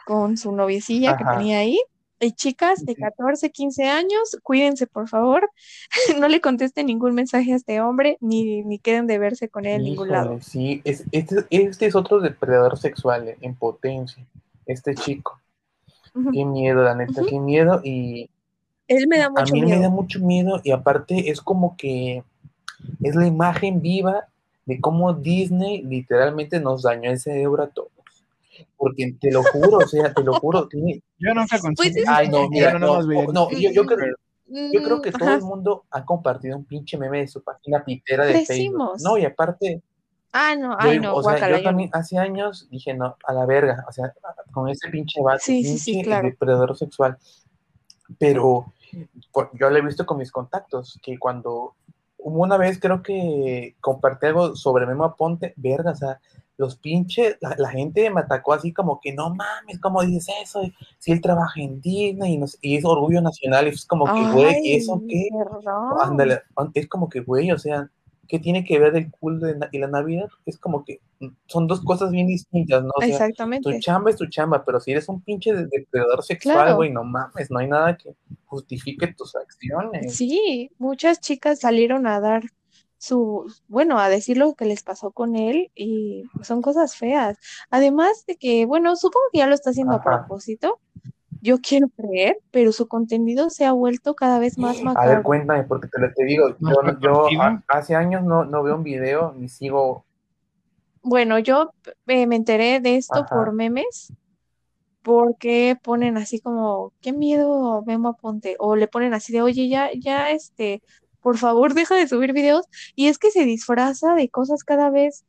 [SPEAKER 2] con su noviecilla que
[SPEAKER 3] Ajá.
[SPEAKER 2] tenía ahí. Y chicas de
[SPEAKER 3] Ujú.
[SPEAKER 2] 14, 15 años, cuídense por favor, no le contesten ningún mensaje a este hombre, ni, ni queden de verse con él en ningún
[SPEAKER 3] Híjole,
[SPEAKER 2] lado.
[SPEAKER 3] Sí, es, este, este es otro depredador sexual eh, en potencia, este chico.
[SPEAKER 2] Ujú.
[SPEAKER 3] Qué miedo, la neta,
[SPEAKER 2] Ujú.
[SPEAKER 3] qué miedo. Y
[SPEAKER 2] Él me da
[SPEAKER 3] a
[SPEAKER 2] mucho
[SPEAKER 3] mí me
[SPEAKER 2] miedo.
[SPEAKER 3] da mucho miedo y aparte es como que es la imagen viva de cómo Disney literalmente nos dañó el cerebro a todos. Porque te lo juro, o sea, te lo juro. tiene-
[SPEAKER 1] Yo nunca consumí.
[SPEAKER 2] pues es-
[SPEAKER 3] Ay, no,
[SPEAKER 1] Yo
[SPEAKER 3] mira,
[SPEAKER 1] no,
[SPEAKER 3] no,
[SPEAKER 1] nada más veía-
[SPEAKER 3] no, yo, yo creo, Yo creo que
[SPEAKER 2] Mm,
[SPEAKER 3] todo
[SPEAKER 2] ajá.
[SPEAKER 3] el mundo ha compartido un pinche meme de su página pitera de
[SPEAKER 2] Crecimos.
[SPEAKER 3] Facebook. No, y aparte,
[SPEAKER 2] Ah, no,
[SPEAKER 3] yo,
[SPEAKER 2] ay, no,
[SPEAKER 3] o sea,
[SPEAKER 2] guácala,
[SPEAKER 3] yo
[SPEAKER 2] yo no.
[SPEAKER 3] también hace años dije, no, a la verga, o sea, con ese pinche vato,
[SPEAKER 2] Sí, sí, sí,
[SPEAKER 3] pinche
[SPEAKER 2] claro. Mm.
[SPEAKER 3] depredador sexual. Pero por- yo lo he visto con mis contactos, que cuando hubo una vez creo que compartí algo sobre Memo Aponte, verga, o sea, los pinches, la, la gente me atacó así como que no mames, ¿cómo dices eso? Si él trabaja en Disney y, no sé- y es orgullo nacional, y es como que, güey, ¿y ¿eso
[SPEAKER 2] Ay,
[SPEAKER 3] qué?
[SPEAKER 2] perdón.
[SPEAKER 3] Ándale, an- es como que, güey, o sea, ¿qué tiene que ver el culo de na- y la Navidad? Es como que mm, son dos cosas bien distintas, ¿no? O sea, tu
[SPEAKER 2] Exactamente.
[SPEAKER 3] chamba es tu chamba, pero si eres un pinche de- depredador sexual,
[SPEAKER 2] Claro.
[SPEAKER 3] güey, no mames, no hay nada que justifique tus acciones.
[SPEAKER 2] Sí, muchas chicas salieron a dar su, bueno, a decir lo que les pasó con él y son cosas feas. Además de que, bueno, supongo que ya lo está haciendo a
[SPEAKER 3] Ajá.
[SPEAKER 2] propósito, yo quiero creer, pero su contenido se ha vuelto cada vez más
[SPEAKER 3] A ver,
[SPEAKER 2] macabro.
[SPEAKER 3] cuéntame, porque te lo te digo,
[SPEAKER 1] No,
[SPEAKER 3] yo, no- yo
[SPEAKER 1] contigo.
[SPEAKER 3] a- hace años no, no veo un video ni sigo.
[SPEAKER 2] Bueno, yo eh, me enteré de esto
[SPEAKER 3] Ajá.
[SPEAKER 2] por memes, porque ponen así como, qué miedo, Memo Aponte, o le ponen así de, oye, ya, ya, este, por favor, deja de subir videos. Y es que se disfraza de cosas cada vez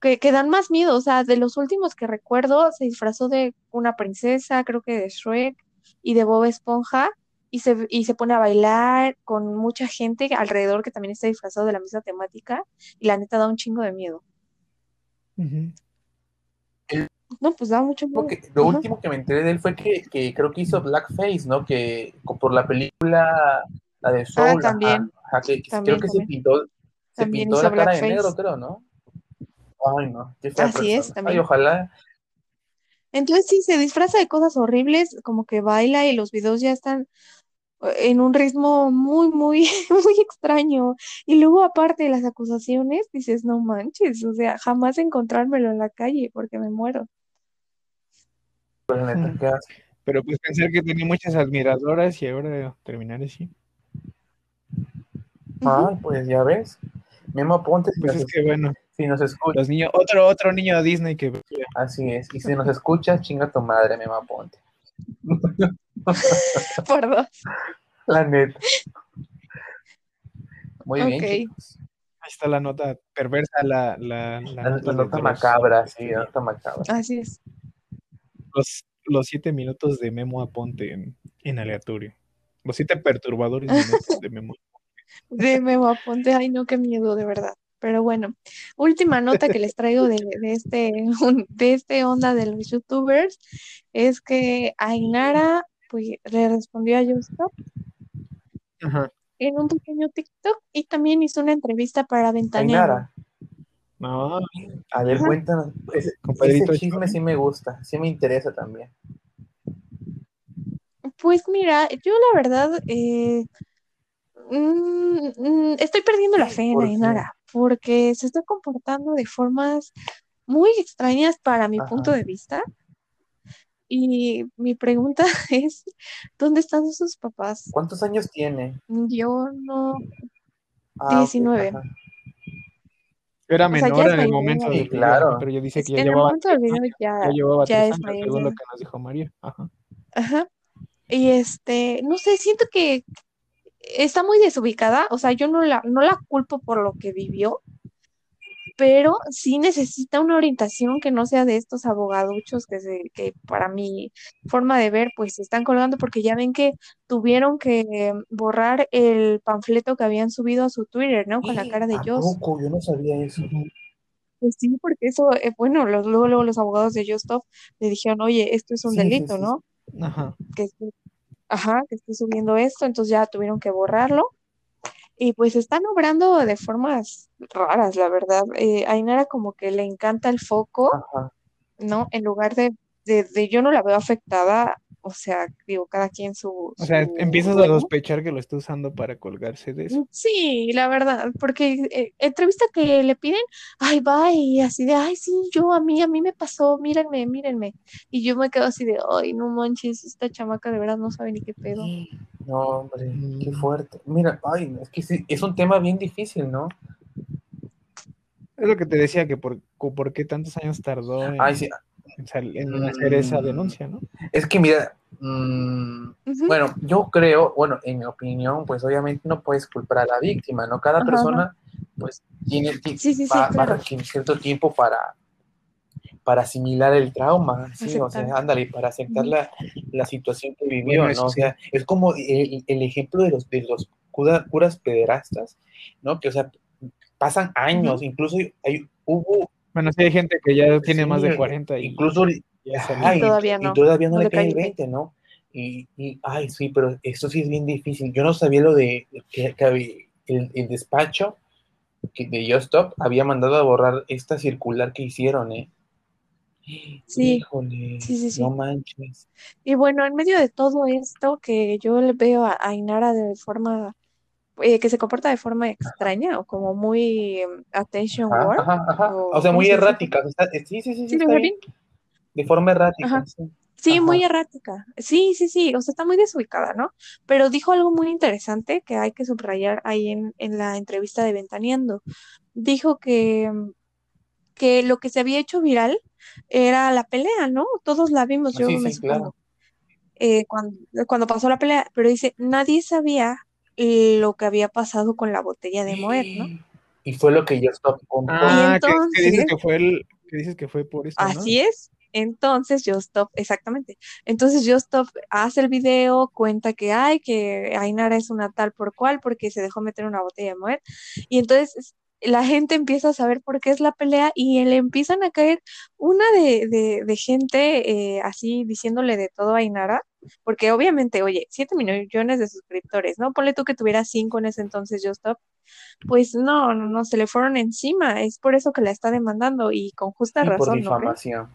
[SPEAKER 2] que, que dan más miedo. O sea, de los últimos que recuerdo, se disfrazó de una princesa, creo que de Shrek y de Bob Esponja, y se, y se pone a bailar con mucha gente alrededor que también está disfrazado de la misma temática, y la neta da un chingo de miedo.
[SPEAKER 1] Ujú.
[SPEAKER 2] No, pues da mucho
[SPEAKER 3] Lo,
[SPEAKER 2] miedo.
[SPEAKER 3] que- lo
[SPEAKER 2] Ajá.
[SPEAKER 3] último que me enteré de él fue que, que creo que hizo Blackface, ¿no? Que co- por la película, la de Soul, ajá,
[SPEAKER 2] Ah, también.
[SPEAKER 3] ajá, que- que creo
[SPEAKER 2] También,
[SPEAKER 3] que se
[SPEAKER 2] también.
[SPEAKER 3] pintó, se
[SPEAKER 2] También
[SPEAKER 3] pintó
[SPEAKER 2] hizo
[SPEAKER 3] la cara de
[SPEAKER 2] blackface.
[SPEAKER 3] negro, creo, ¿no? Ay, no, qué fea
[SPEAKER 2] Así es,
[SPEAKER 3] persona. Ay,
[SPEAKER 2] también.
[SPEAKER 3] ojalá.
[SPEAKER 2] Entonces sí, se disfraza de cosas horribles, como que baila y los videos ya están eh, en un ritmo muy, muy, muy extraño. Y luego, aparte de las acusaciones, dices, no manches, o sea, jamás encontrármelo en la calle porque me muero.
[SPEAKER 3] Pero, la neta, ¿qué haces?
[SPEAKER 1] Pero pues pensar que tenía muchas admiradoras y ahora terminar así.
[SPEAKER 3] Ah, pues ya ves. Memo Ponte, si
[SPEAKER 1] Pues
[SPEAKER 3] nos-
[SPEAKER 1] es que bueno,
[SPEAKER 3] si nos escuchas,
[SPEAKER 1] los niños, otro, otro niño Disney que
[SPEAKER 3] así es. Y si nos escuchas, chinga tu madre, Memo Ponte.
[SPEAKER 2] Ujú, Por dos.
[SPEAKER 3] La neta. Muy
[SPEAKER 2] Ok.
[SPEAKER 3] bien, chicos.
[SPEAKER 1] ahí está la nota perversa, la, la, la
[SPEAKER 3] La, la
[SPEAKER 1] de
[SPEAKER 3] nota
[SPEAKER 1] los-
[SPEAKER 3] macabra, sí, la nota macabra.
[SPEAKER 2] Así es.
[SPEAKER 1] Los, los siete minutos de Memo Aponte en, en aleatorio. Los siete perturbadores minutos de Memo.
[SPEAKER 2] De Memo Aponte, ay no, qué miedo, de verdad. Pero bueno, última nota que les traigo de, de este, de este onda de los youtubers es que Ainara pues, le respondió a Yostop
[SPEAKER 1] Ajá.
[SPEAKER 2] en un pequeño TikTok y también hizo una entrevista para Ventaneando.
[SPEAKER 3] Ainara,
[SPEAKER 1] No,
[SPEAKER 3] a ver,
[SPEAKER 1] Ajá.
[SPEAKER 3] cuéntanos. Ese,
[SPEAKER 1] Compadrito
[SPEAKER 3] ese chisme
[SPEAKER 1] Chon.
[SPEAKER 3] sí me gusta, sí me interesa también.
[SPEAKER 2] Pues mira, yo la verdad eh, mm, mm, estoy perdiendo la fe en
[SPEAKER 3] ¿Por qué?
[SPEAKER 2] Ainara porque se está comportando de formas muy extrañas para mi
[SPEAKER 3] Ajá.
[SPEAKER 2] punto de vista. Y mi pregunta es, ¿dónde están sus papás?
[SPEAKER 3] ¿Cuántos años tiene?
[SPEAKER 2] Yo no,
[SPEAKER 3] Ah, ok,
[SPEAKER 2] 19.
[SPEAKER 3] ajá.
[SPEAKER 1] era
[SPEAKER 2] sea, ya
[SPEAKER 1] menor en
[SPEAKER 2] es
[SPEAKER 1] el
[SPEAKER 2] mayor. ¿eh?
[SPEAKER 1] momento del
[SPEAKER 3] Sí, claro.
[SPEAKER 1] pero yo dice
[SPEAKER 2] es
[SPEAKER 1] que
[SPEAKER 2] que
[SPEAKER 1] ya
[SPEAKER 2] en el
[SPEAKER 1] llevaba,
[SPEAKER 2] momento del video
[SPEAKER 1] ya
[SPEAKER 2] ya,
[SPEAKER 1] llevaba
[SPEAKER 2] ya
[SPEAKER 1] tres
[SPEAKER 2] es
[SPEAKER 1] años,
[SPEAKER 2] mayor
[SPEAKER 1] según
[SPEAKER 2] de
[SPEAKER 1] lo
[SPEAKER 2] edad.
[SPEAKER 1] que nos dijo María. Ajá.
[SPEAKER 2] Ajá. Y este, no sé, siento que está muy desubicada, o sea, yo no la, no la culpo por lo que vivió, pero sí necesita una orientación que no sea de estos abogaduchos que, se, que para mi forma de ver, pues se están colgando porque ya ven que tuvieron que eh, borrar el panfleto que habían subido a su Twitter, ¿no? Con la cara de
[SPEAKER 3] ¿A
[SPEAKER 2] Joss.
[SPEAKER 3] poco? Yo no sabía eso.
[SPEAKER 2] Pues sí, porque eso, eh, bueno, los, luego, luego los abogados de Justop le dijeron, oye, esto es un
[SPEAKER 3] Sí, sí,
[SPEAKER 2] delito,
[SPEAKER 3] sí,
[SPEAKER 2] ¿no?
[SPEAKER 1] Ajá.
[SPEAKER 2] Que esté- ajá, que esté subiendo esto, entonces ya tuvieron que borrarlo. Y pues están obrando de formas raras, la verdad. Eh, a Ainara como que le encanta el foco,
[SPEAKER 3] Ajá.
[SPEAKER 2] ¿no? En lugar de, de, de yo no la veo afectada, o sea, digo, cada quien su...
[SPEAKER 1] O sea,
[SPEAKER 2] su
[SPEAKER 1] empiezas a
[SPEAKER 2] rollo.
[SPEAKER 1] sospechar que lo está usando para colgarse de eso.
[SPEAKER 2] Sí, la verdad, porque eh, entrevista que le piden, ay, va, y así de, ay, sí, yo, a mí, a mí me pasó, mírenme, mírenme. Y yo me quedo así de, ay, no manches, esta chamaca de verdad no sabe ni qué pedo.
[SPEAKER 3] No, hombre, qué
[SPEAKER 1] Mm.
[SPEAKER 3] fuerte. Mira, ay, no, es que sí, es un tema bien difícil, ¿no?
[SPEAKER 1] Es lo que te decía, que por, co- por qué tantos años tardó en,
[SPEAKER 3] Ay, sí.
[SPEAKER 1] en sal- en hacer esa
[SPEAKER 3] Mm.
[SPEAKER 1] denuncia, ¿no?
[SPEAKER 3] Es que mira, mm,
[SPEAKER 2] Ujú.
[SPEAKER 3] bueno, yo creo, bueno, en mi opinión, pues obviamente no puedes culpar a la víctima, ¿no? Cada
[SPEAKER 2] Ajá,
[SPEAKER 3] persona, pues, tiene, ti-
[SPEAKER 2] Sí, sí, sí,
[SPEAKER 3] va, va a
[SPEAKER 2] claro.
[SPEAKER 3] requerir cierto tiempo para, para asimilar el trauma, sí, o sea,
[SPEAKER 2] Aceptar.
[SPEAKER 3] ándale, para aceptar la, la situación que vivió,
[SPEAKER 1] Bueno, eso
[SPEAKER 3] ¿no? O
[SPEAKER 1] sí.
[SPEAKER 3] sea, es como el, el ejemplo de los, de los cura- curas pederastas, ¿no? Que, o sea, pasan años, incluso hay- hubo...
[SPEAKER 1] Bueno, sí hay gente que ya tiene
[SPEAKER 3] sí,
[SPEAKER 1] más de 40 y
[SPEAKER 3] Incluso
[SPEAKER 1] ya salió.
[SPEAKER 3] Ajá, y,
[SPEAKER 2] Todavía
[SPEAKER 3] y
[SPEAKER 2] no.
[SPEAKER 3] todavía no
[SPEAKER 2] No
[SPEAKER 3] le
[SPEAKER 2] le
[SPEAKER 3] cae
[SPEAKER 2] cae
[SPEAKER 3] el
[SPEAKER 2] el
[SPEAKER 3] 20, ¿no? Y, y, ay, sí, pero esto sí es bien difícil. Yo no sabía lo de que, que había- el, el despacho que de Yostop había mandado a borrar esta circular que hicieron, ¿eh?
[SPEAKER 2] Sí,
[SPEAKER 3] Híjole,
[SPEAKER 2] sí, sí, sí.
[SPEAKER 3] no manches.
[SPEAKER 2] Y bueno, en medio de todo esto que yo le veo a Ainara de forma, eh, que se comporta de forma extraña o como muy em, attention
[SPEAKER 3] Ajá,
[SPEAKER 2] whore,
[SPEAKER 3] Ah, ajá, ajá.
[SPEAKER 2] o
[SPEAKER 3] O sea,
[SPEAKER 2] ¿cómo
[SPEAKER 3] muy
[SPEAKER 2] se dice?
[SPEAKER 3] errática. o sea, sí, sí, sí, sí,
[SPEAKER 2] Sí,
[SPEAKER 3] está
[SPEAKER 2] ¿lo
[SPEAKER 3] bien. De forma errática,
[SPEAKER 2] Ajá.
[SPEAKER 3] sí.
[SPEAKER 2] Sí, muy
[SPEAKER 3] Ajá.
[SPEAKER 2] errática. Sí, sí, sí, o sea, está muy desubicada, ¿no? Pero dijo algo muy interesante que hay que subrayar ahí en, en la entrevista de Ventaneando. Dijo que, mm, que lo que se había hecho viral era la pelea, ¿no? Todos la vimos, yo
[SPEAKER 3] Ah, Sí,
[SPEAKER 2] me
[SPEAKER 3] sí, claro.
[SPEAKER 2] supongo, eh, cuando, cuando pasó la pelea, pero dice, nadie sabía lo que había pasado con la botella de Moet, ¿no?
[SPEAKER 3] Y fue lo que Yostop contó.
[SPEAKER 2] Y
[SPEAKER 1] Ah, que, que dices
[SPEAKER 2] entonces- Ah,
[SPEAKER 1] que fue el, que dices que fue por eso, ¿no?
[SPEAKER 2] Así es. Entonces yo stop, exactamente. Entonces yo stop, hace el video, cuenta que hay, que Ainara es una tal por cual, porque se dejó meter una botella de Moet. Y entonces es- la gente empieza a saber por qué es la pelea y le empiezan a caer una de, de- de gente eh, así diciéndole de todo a Ainara, porque obviamente, oye, 7 millones de suscriptores, ¿no? Ponle tú que tuviera 5 en ese entonces yo stop. Pues no, no, no, se le fueron encima. Es por eso que la está demandando y con justa
[SPEAKER 3] Y por
[SPEAKER 2] razón, ¿no crees?
[SPEAKER 3] difamación.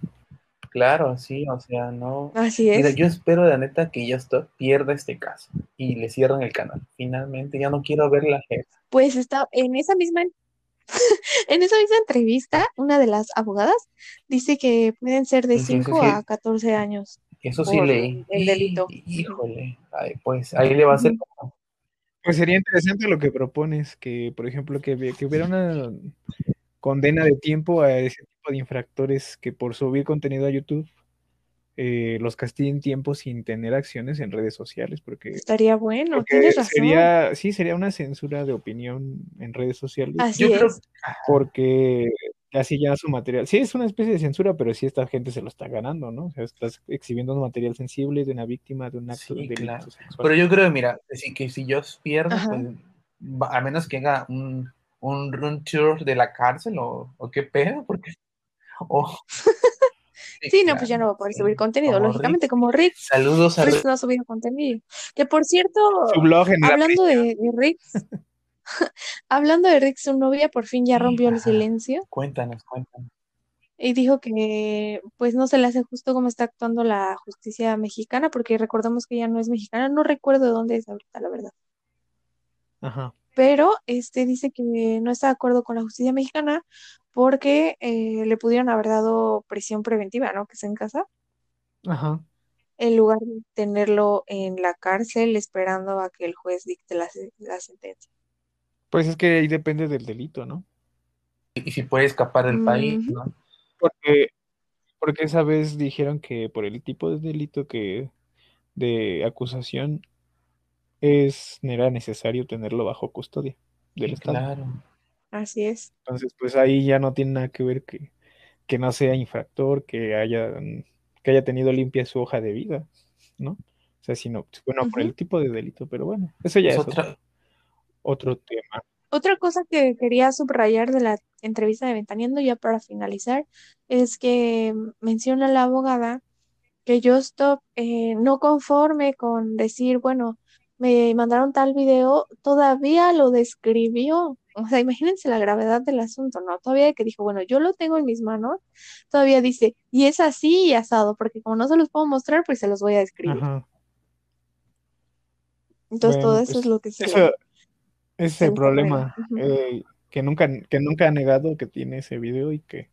[SPEAKER 3] Claro, sí, o sea, no.
[SPEAKER 2] Así es.
[SPEAKER 3] Mira, yo espero la neta que Just pierda este caso y le cierren el canal. Finalmente, ya no quiero ver la gente.
[SPEAKER 2] Pues está en esa misma en esa misma entrevista, una de las abogadas dice que pueden ser de
[SPEAKER 3] Sí, sí,
[SPEAKER 2] 5
[SPEAKER 3] sí.
[SPEAKER 2] a 14 años.
[SPEAKER 3] Eso sí
[SPEAKER 2] Por
[SPEAKER 3] leí.
[SPEAKER 2] el delito.
[SPEAKER 3] Híjole, ay, pues ahí le va a ser
[SPEAKER 1] Pues sería interesante lo que propones, que por ejemplo que, hubie- que hubiera una condena de tiempo a ese tipo de infractores que por subir contenido a YouTube eh, los castiguen tiempo sin tener acciones en redes sociales, porque,
[SPEAKER 2] Estaría bueno,
[SPEAKER 1] porque
[SPEAKER 2] tienes razón.
[SPEAKER 1] sería, sí, sería una censura de opinión en redes sociales,
[SPEAKER 2] Así
[SPEAKER 3] Yo creo
[SPEAKER 2] es.
[SPEAKER 1] porque así ya su material, sí es una especie de censura, pero sí esta gente se lo está ganando, ¿no? O sea, estás exhibiendo un material sensible de una víctima de un acto
[SPEAKER 3] Sí,
[SPEAKER 1] de delito
[SPEAKER 3] claro.
[SPEAKER 1] sexual.
[SPEAKER 3] Pero yo creo, mira, que si, que si Joss pierde,
[SPEAKER 2] Ajá.
[SPEAKER 3] pues, va- a menos que haga un, un run tour de la cárcel o, o qué pedo, porque. o-
[SPEAKER 2] Sí, no, pues ya no Pues va a poder
[SPEAKER 3] sí.
[SPEAKER 2] subir contenido,
[SPEAKER 3] Como
[SPEAKER 2] lógicamente,
[SPEAKER 3] Rick.
[SPEAKER 2] como Rick,
[SPEAKER 3] Saludos a
[SPEAKER 2] Rick no ha subido contenido. Que por cierto,
[SPEAKER 1] Su blog en la
[SPEAKER 2] hablando de, de Rick, hablando de Rick, su novia por fin ya
[SPEAKER 3] Sí,
[SPEAKER 2] rompió el
[SPEAKER 3] ajá.
[SPEAKER 2] silencio
[SPEAKER 3] Cuéntanos, cuéntanos.
[SPEAKER 2] y dijo que pues no se le hace justo cómo está actuando la justicia mexicana, porque recordemos que ya no es mexicana, no recuerdo de dónde es ahorita, la verdad.
[SPEAKER 1] Ajá.
[SPEAKER 2] pero este dice que no está de acuerdo con la justicia mexicana porque eh, le pudieron haber dado prisión preventiva, ¿no? Que es en casa,
[SPEAKER 1] Ajá.
[SPEAKER 2] en lugar de tenerlo en la cárcel esperando a que el juez dicte la, se- la sentencia.
[SPEAKER 1] Pues es que ahí depende del delito, ¿no?
[SPEAKER 3] Y si puede escapar del país,
[SPEAKER 2] Ujú.
[SPEAKER 3] ¿no?
[SPEAKER 1] Porque, porque esa vez dijeron que por el tipo de delito que de acusación es era necesario tenerlo bajo custodia del
[SPEAKER 3] Sí,
[SPEAKER 1] Estado.
[SPEAKER 3] Claro.
[SPEAKER 2] Así es.
[SPEAKER 1] Entonces, pues ahí ya no tiene nada que ver que, que no sea infractor, que haya, que haya tenido limpia su hoja de vida, ¿no? O sea, sino, bueno, por
[SPEAKER 2] Ujú.
[SPEAKER 1] el tipo de delito, pero bueno, eso ya
[SPEAKER 3] Es
[SPEAKER 1] es
[SPEAKER 3] otra-
[SPEAKER 1] otro, otro tema.
[SPEAKER 2] Otra cosa que quería subrayar de la entrevista de Ventaneando, ya para finalizar, es que mm, menciona la abogada que yo stop no conforme con decir, bueno, me mandaron tal video, todavía lo describió. O sea, imagínense la gravedad del asunto, ¿no? Todavía que dijo, bueno, yo lo tengo en mis manos, todavía dice, y es así y asado, porque como no se los puedo mostrar, pues se los voy a describir.
[SPEAKER 1] Ajá.
[SPEAKER 2] Entonces, todo
[SPEAKER 1] Bueno,
[SPEAKER 2] eso
[SPEAKER 1] pues,
[SPEAKER 2] es lo que se le-
[SPEAKER 1] Eso, Ese es
[SPEAKER 2] se
[SPEAKER 1] el
[SPEAKER 2] le
[SPEAKER 1] problema
[SPEAKER 2] ocurrió. Ujú.
[SPEAKER 1] eh, que nunca, que nunca ha negado que tiene ese video y que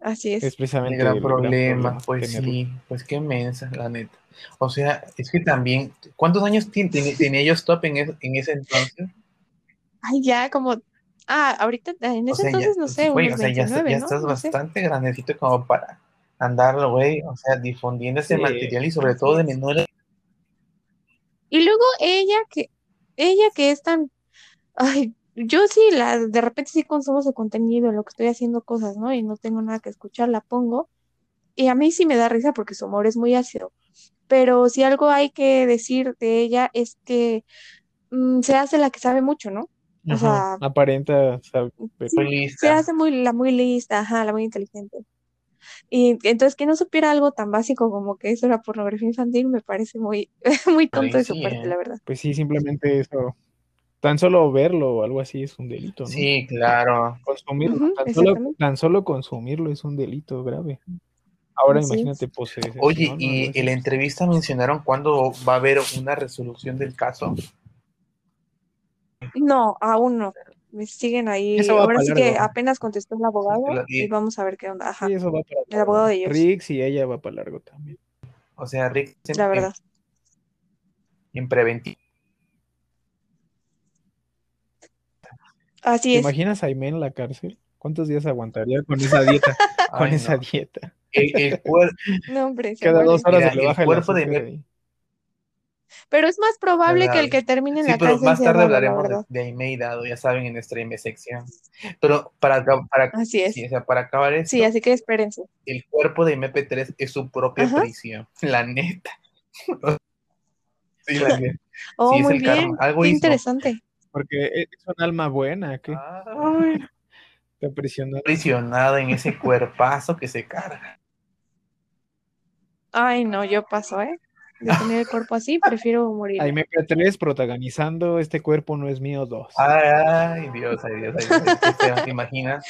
[SPEAKER 2] Así es.
[SPEAKER 1] es
[SPEAKER 3] El
[SPEAKER 1] precisamente
[SPEAKER 3] gran
[SPEAKER 1] el
[SPEAKER 3] problema,
[SPEAKER 1] gran problema
[SPEAKER 3] pues
[SPEAKER 1] tenerlo.
[SPEAKER 3] sí, pues qué mensa, la neta. O sea, es que también, ¿cuántos años ti- tiene- tenía yo Stop en, es- en ese entonces?
[SPEAKER 2] Ay, ya, como, ah, ahorita, en
[SPEAKER 3] O
[SPEAKER 2] ese
[SPEAKER 3] sea, ya,
[SPEAKER 2] entonces, no sé,
[SPEAKER 3] güey, o
[SPEAKER 2] unos
[SPEAKER 3] sea, ya, está-
[SPEAKER 2] 29,
[SPEAKER 3] ya
[SPEAKER 2] ¿no?
[SPEAKER 3] estás
[SPEAKER 2] No sé.
[SPEAKER 3] bastante grandecito como para andarlo, güey, o sea, difundiendo ese
[SPEAKER 1] Sí,
[SPEAKER 3] material y sobre
[SPEAKER 2] así
[SPEAKER 3] todo de
[SPEAKER 2] es.
[SPEAKER 3] menores.
[SPEAKER 2] Y luego ella que, ella que es tan, ay, yo sí, la, de repente sí consumo su contenido, en lo que estoy haciendo cosas, ¿no? Y no tengo nada que escuchar, la pongo. Y a mí sí me da risa porque su humor es muy ácido. Pero si algo hay que decir de ella es que mm, se hace la que sabe mucho, ¿no? O
[SPEAKER 1] Ajá,
[SPEAKER 2] sea,
[SPEAKER 1] aparenta pues, saber, pero
[SPEAKER 2] sí,
[SPEAKER 3] Muy
[SPEAKER 2] se
[SPEAKER 3] lista.
[SPEAKER 2] hace muy, la muy lista, ajá, la muy inteligente. Y entonces que no supiera algo tan básico como que eso era pornografía infantil me parece muy, muy tonto de su
[SPEAKER 3] sí,
[SPEAKER 2] parte,
[SPEAKER 3] ¿eh?
[SPEAKER 2] la verdad.
[SPEAKER 1] pues sí, simplemente eso, tan solo verlo o algo así es un delito, ¿no?
[SPEAKER 3] Sí, claro.
[SPEAKER 1] Consumirlo,
[SPEAKER 2] Ujú,
[SPEAKER 1] tan solo,
[SPEAKER 2] exactamente.
[SPEAKER 1] tan solo consumirlo es un delito grave. Ahora
[SPEAKER 2] Así es.
[SPEAKER 1] imagínate pues, posesión,
[SPEAKER 3] Oye,
[SPEAKER 1] algo
[SPEAKER 3] y
[SPEAKER 1] así.
[SPEAKER 3] en la entrevista mencionaron cuándo va a haber una resolución del caso.
[SPEAKER 2] No, aún no. Me siguen ahí.
[SPEAKER 1] Eso va
[SPEAKER 2] Ahora
[SPEAKER 1] para
[SPEAKER 2] sí que
[SPEAKER 1] largo.
[SPEAKER 2] apenas contestó el abogado
[SPEAKER 3] Y-
[SPEAKER 2] y vamos a ver qué onda. Ajá,
[SPEAKER 1] Sí, eso va para
[SPEAKER 2] el abogado
[SPEAKER 1] largo.
[SPEAKER 2] de ellos,
[SPEAKER 1] Rix y ella va para largo también.
[SPEAKER 3] O sea, Rick en,
[SPEAKER 2] la
[SPEAKER 3] en,
[SPEAKER 2] verdad.
[SPEAKER 3] en preventivo.
[SPEAKER 2] Así
[SPEAKER 1] ¿Te
[SPEAKER 2] es.
[SPEAKER 1] imaginas a Aimee en la cárcel? ¿cuántos días aguantaría con esa dieta? Con
[SPEAKER 3] Ay,
[SPEAKER 1] esa
[SPEAKER 3] no.
[SPEAKER 1] dieta.
[SPEAKER 3] El, el cuer-
[SPEAKER 2] No, hombre, se
[SPEAKER 1] Cada dos horas
[SPEAKER 2] muere.
[SPEAKER 3] Mira,
[SPEAKER 1] se le
[SPEAKER 3] el
[SPEAKER 1] baja el
[SPEAKER 3] cuerpo de
[SPEAKER 1] azúcar
[SPEAKER 3] mi-
[SPEAKER 1] ahí.
[SPEAKER 2] Pero es más probable que el
[SPEAKER 3] Dado.
[SPEAKER 2] que termine en
[SPEAKER 3] Sí,
[SPEAKER 2] la
[SPEAKER 3] pero
[SPEAKER 2] cárcel
[SPEAKER 3] más
[SPEAKER 2] sea
[SPEAKER 3] tarde
[SPEAKER 2] dado, la
[SPEAKER 3] hablaremos de,
[SPEAKER 2] verdad.
[SPEAKER 3] de Aimee y Dado, ya saben, en nuestra M sección. Pero para, acab- para,
[SPEAKER 2] Así es.
[SPEAKER 3] sí, o sea, para acabar
[SPEAKER 2] Sí,
[SPEAKER 3] esto,
[SPEAKER 2] así que espérense.
[SPEAKER 3] el cuerpo de MP3 es su propia
[SPEAKER 2] Ajá.
[SPEAKER 3] prisión, la neta. Sí, la neta.
[SPEAKER 2] Oh,
[SPEAKER 3] Sí, es
[SPEAKER 2] muy
[SPEAKER 3] el
[SPEAKER 2] bien.
[SPEAKER 3] karma. Algo
[SPEAKER 2] Qué
[SPEAKER 3] hizo.
[SPEAKER 2] interesante.
[SPEAKER 1] Porque e- es un alma buena que
[SPEAKER 3] Ay,
[SPEAKER 1] te prisiona.
[SPEAKER 3] prisionado Ah, en ese cuerpazo que se carga.
[SPEAKER 2] Ay, no, yo paso, ¿eh? De tener el cuerpo así, prefiero morir.
[SPEAKER 1] Aimee P3 protagonizando Este
[SPEAKER 3] Ah.
[SPEAKER 1] cuerpo no es mío 2.
[SPEAKER 3] Ay, ay, Dios, ay, Dios, ay, Dios. Qué feo, ¿Te imaginas?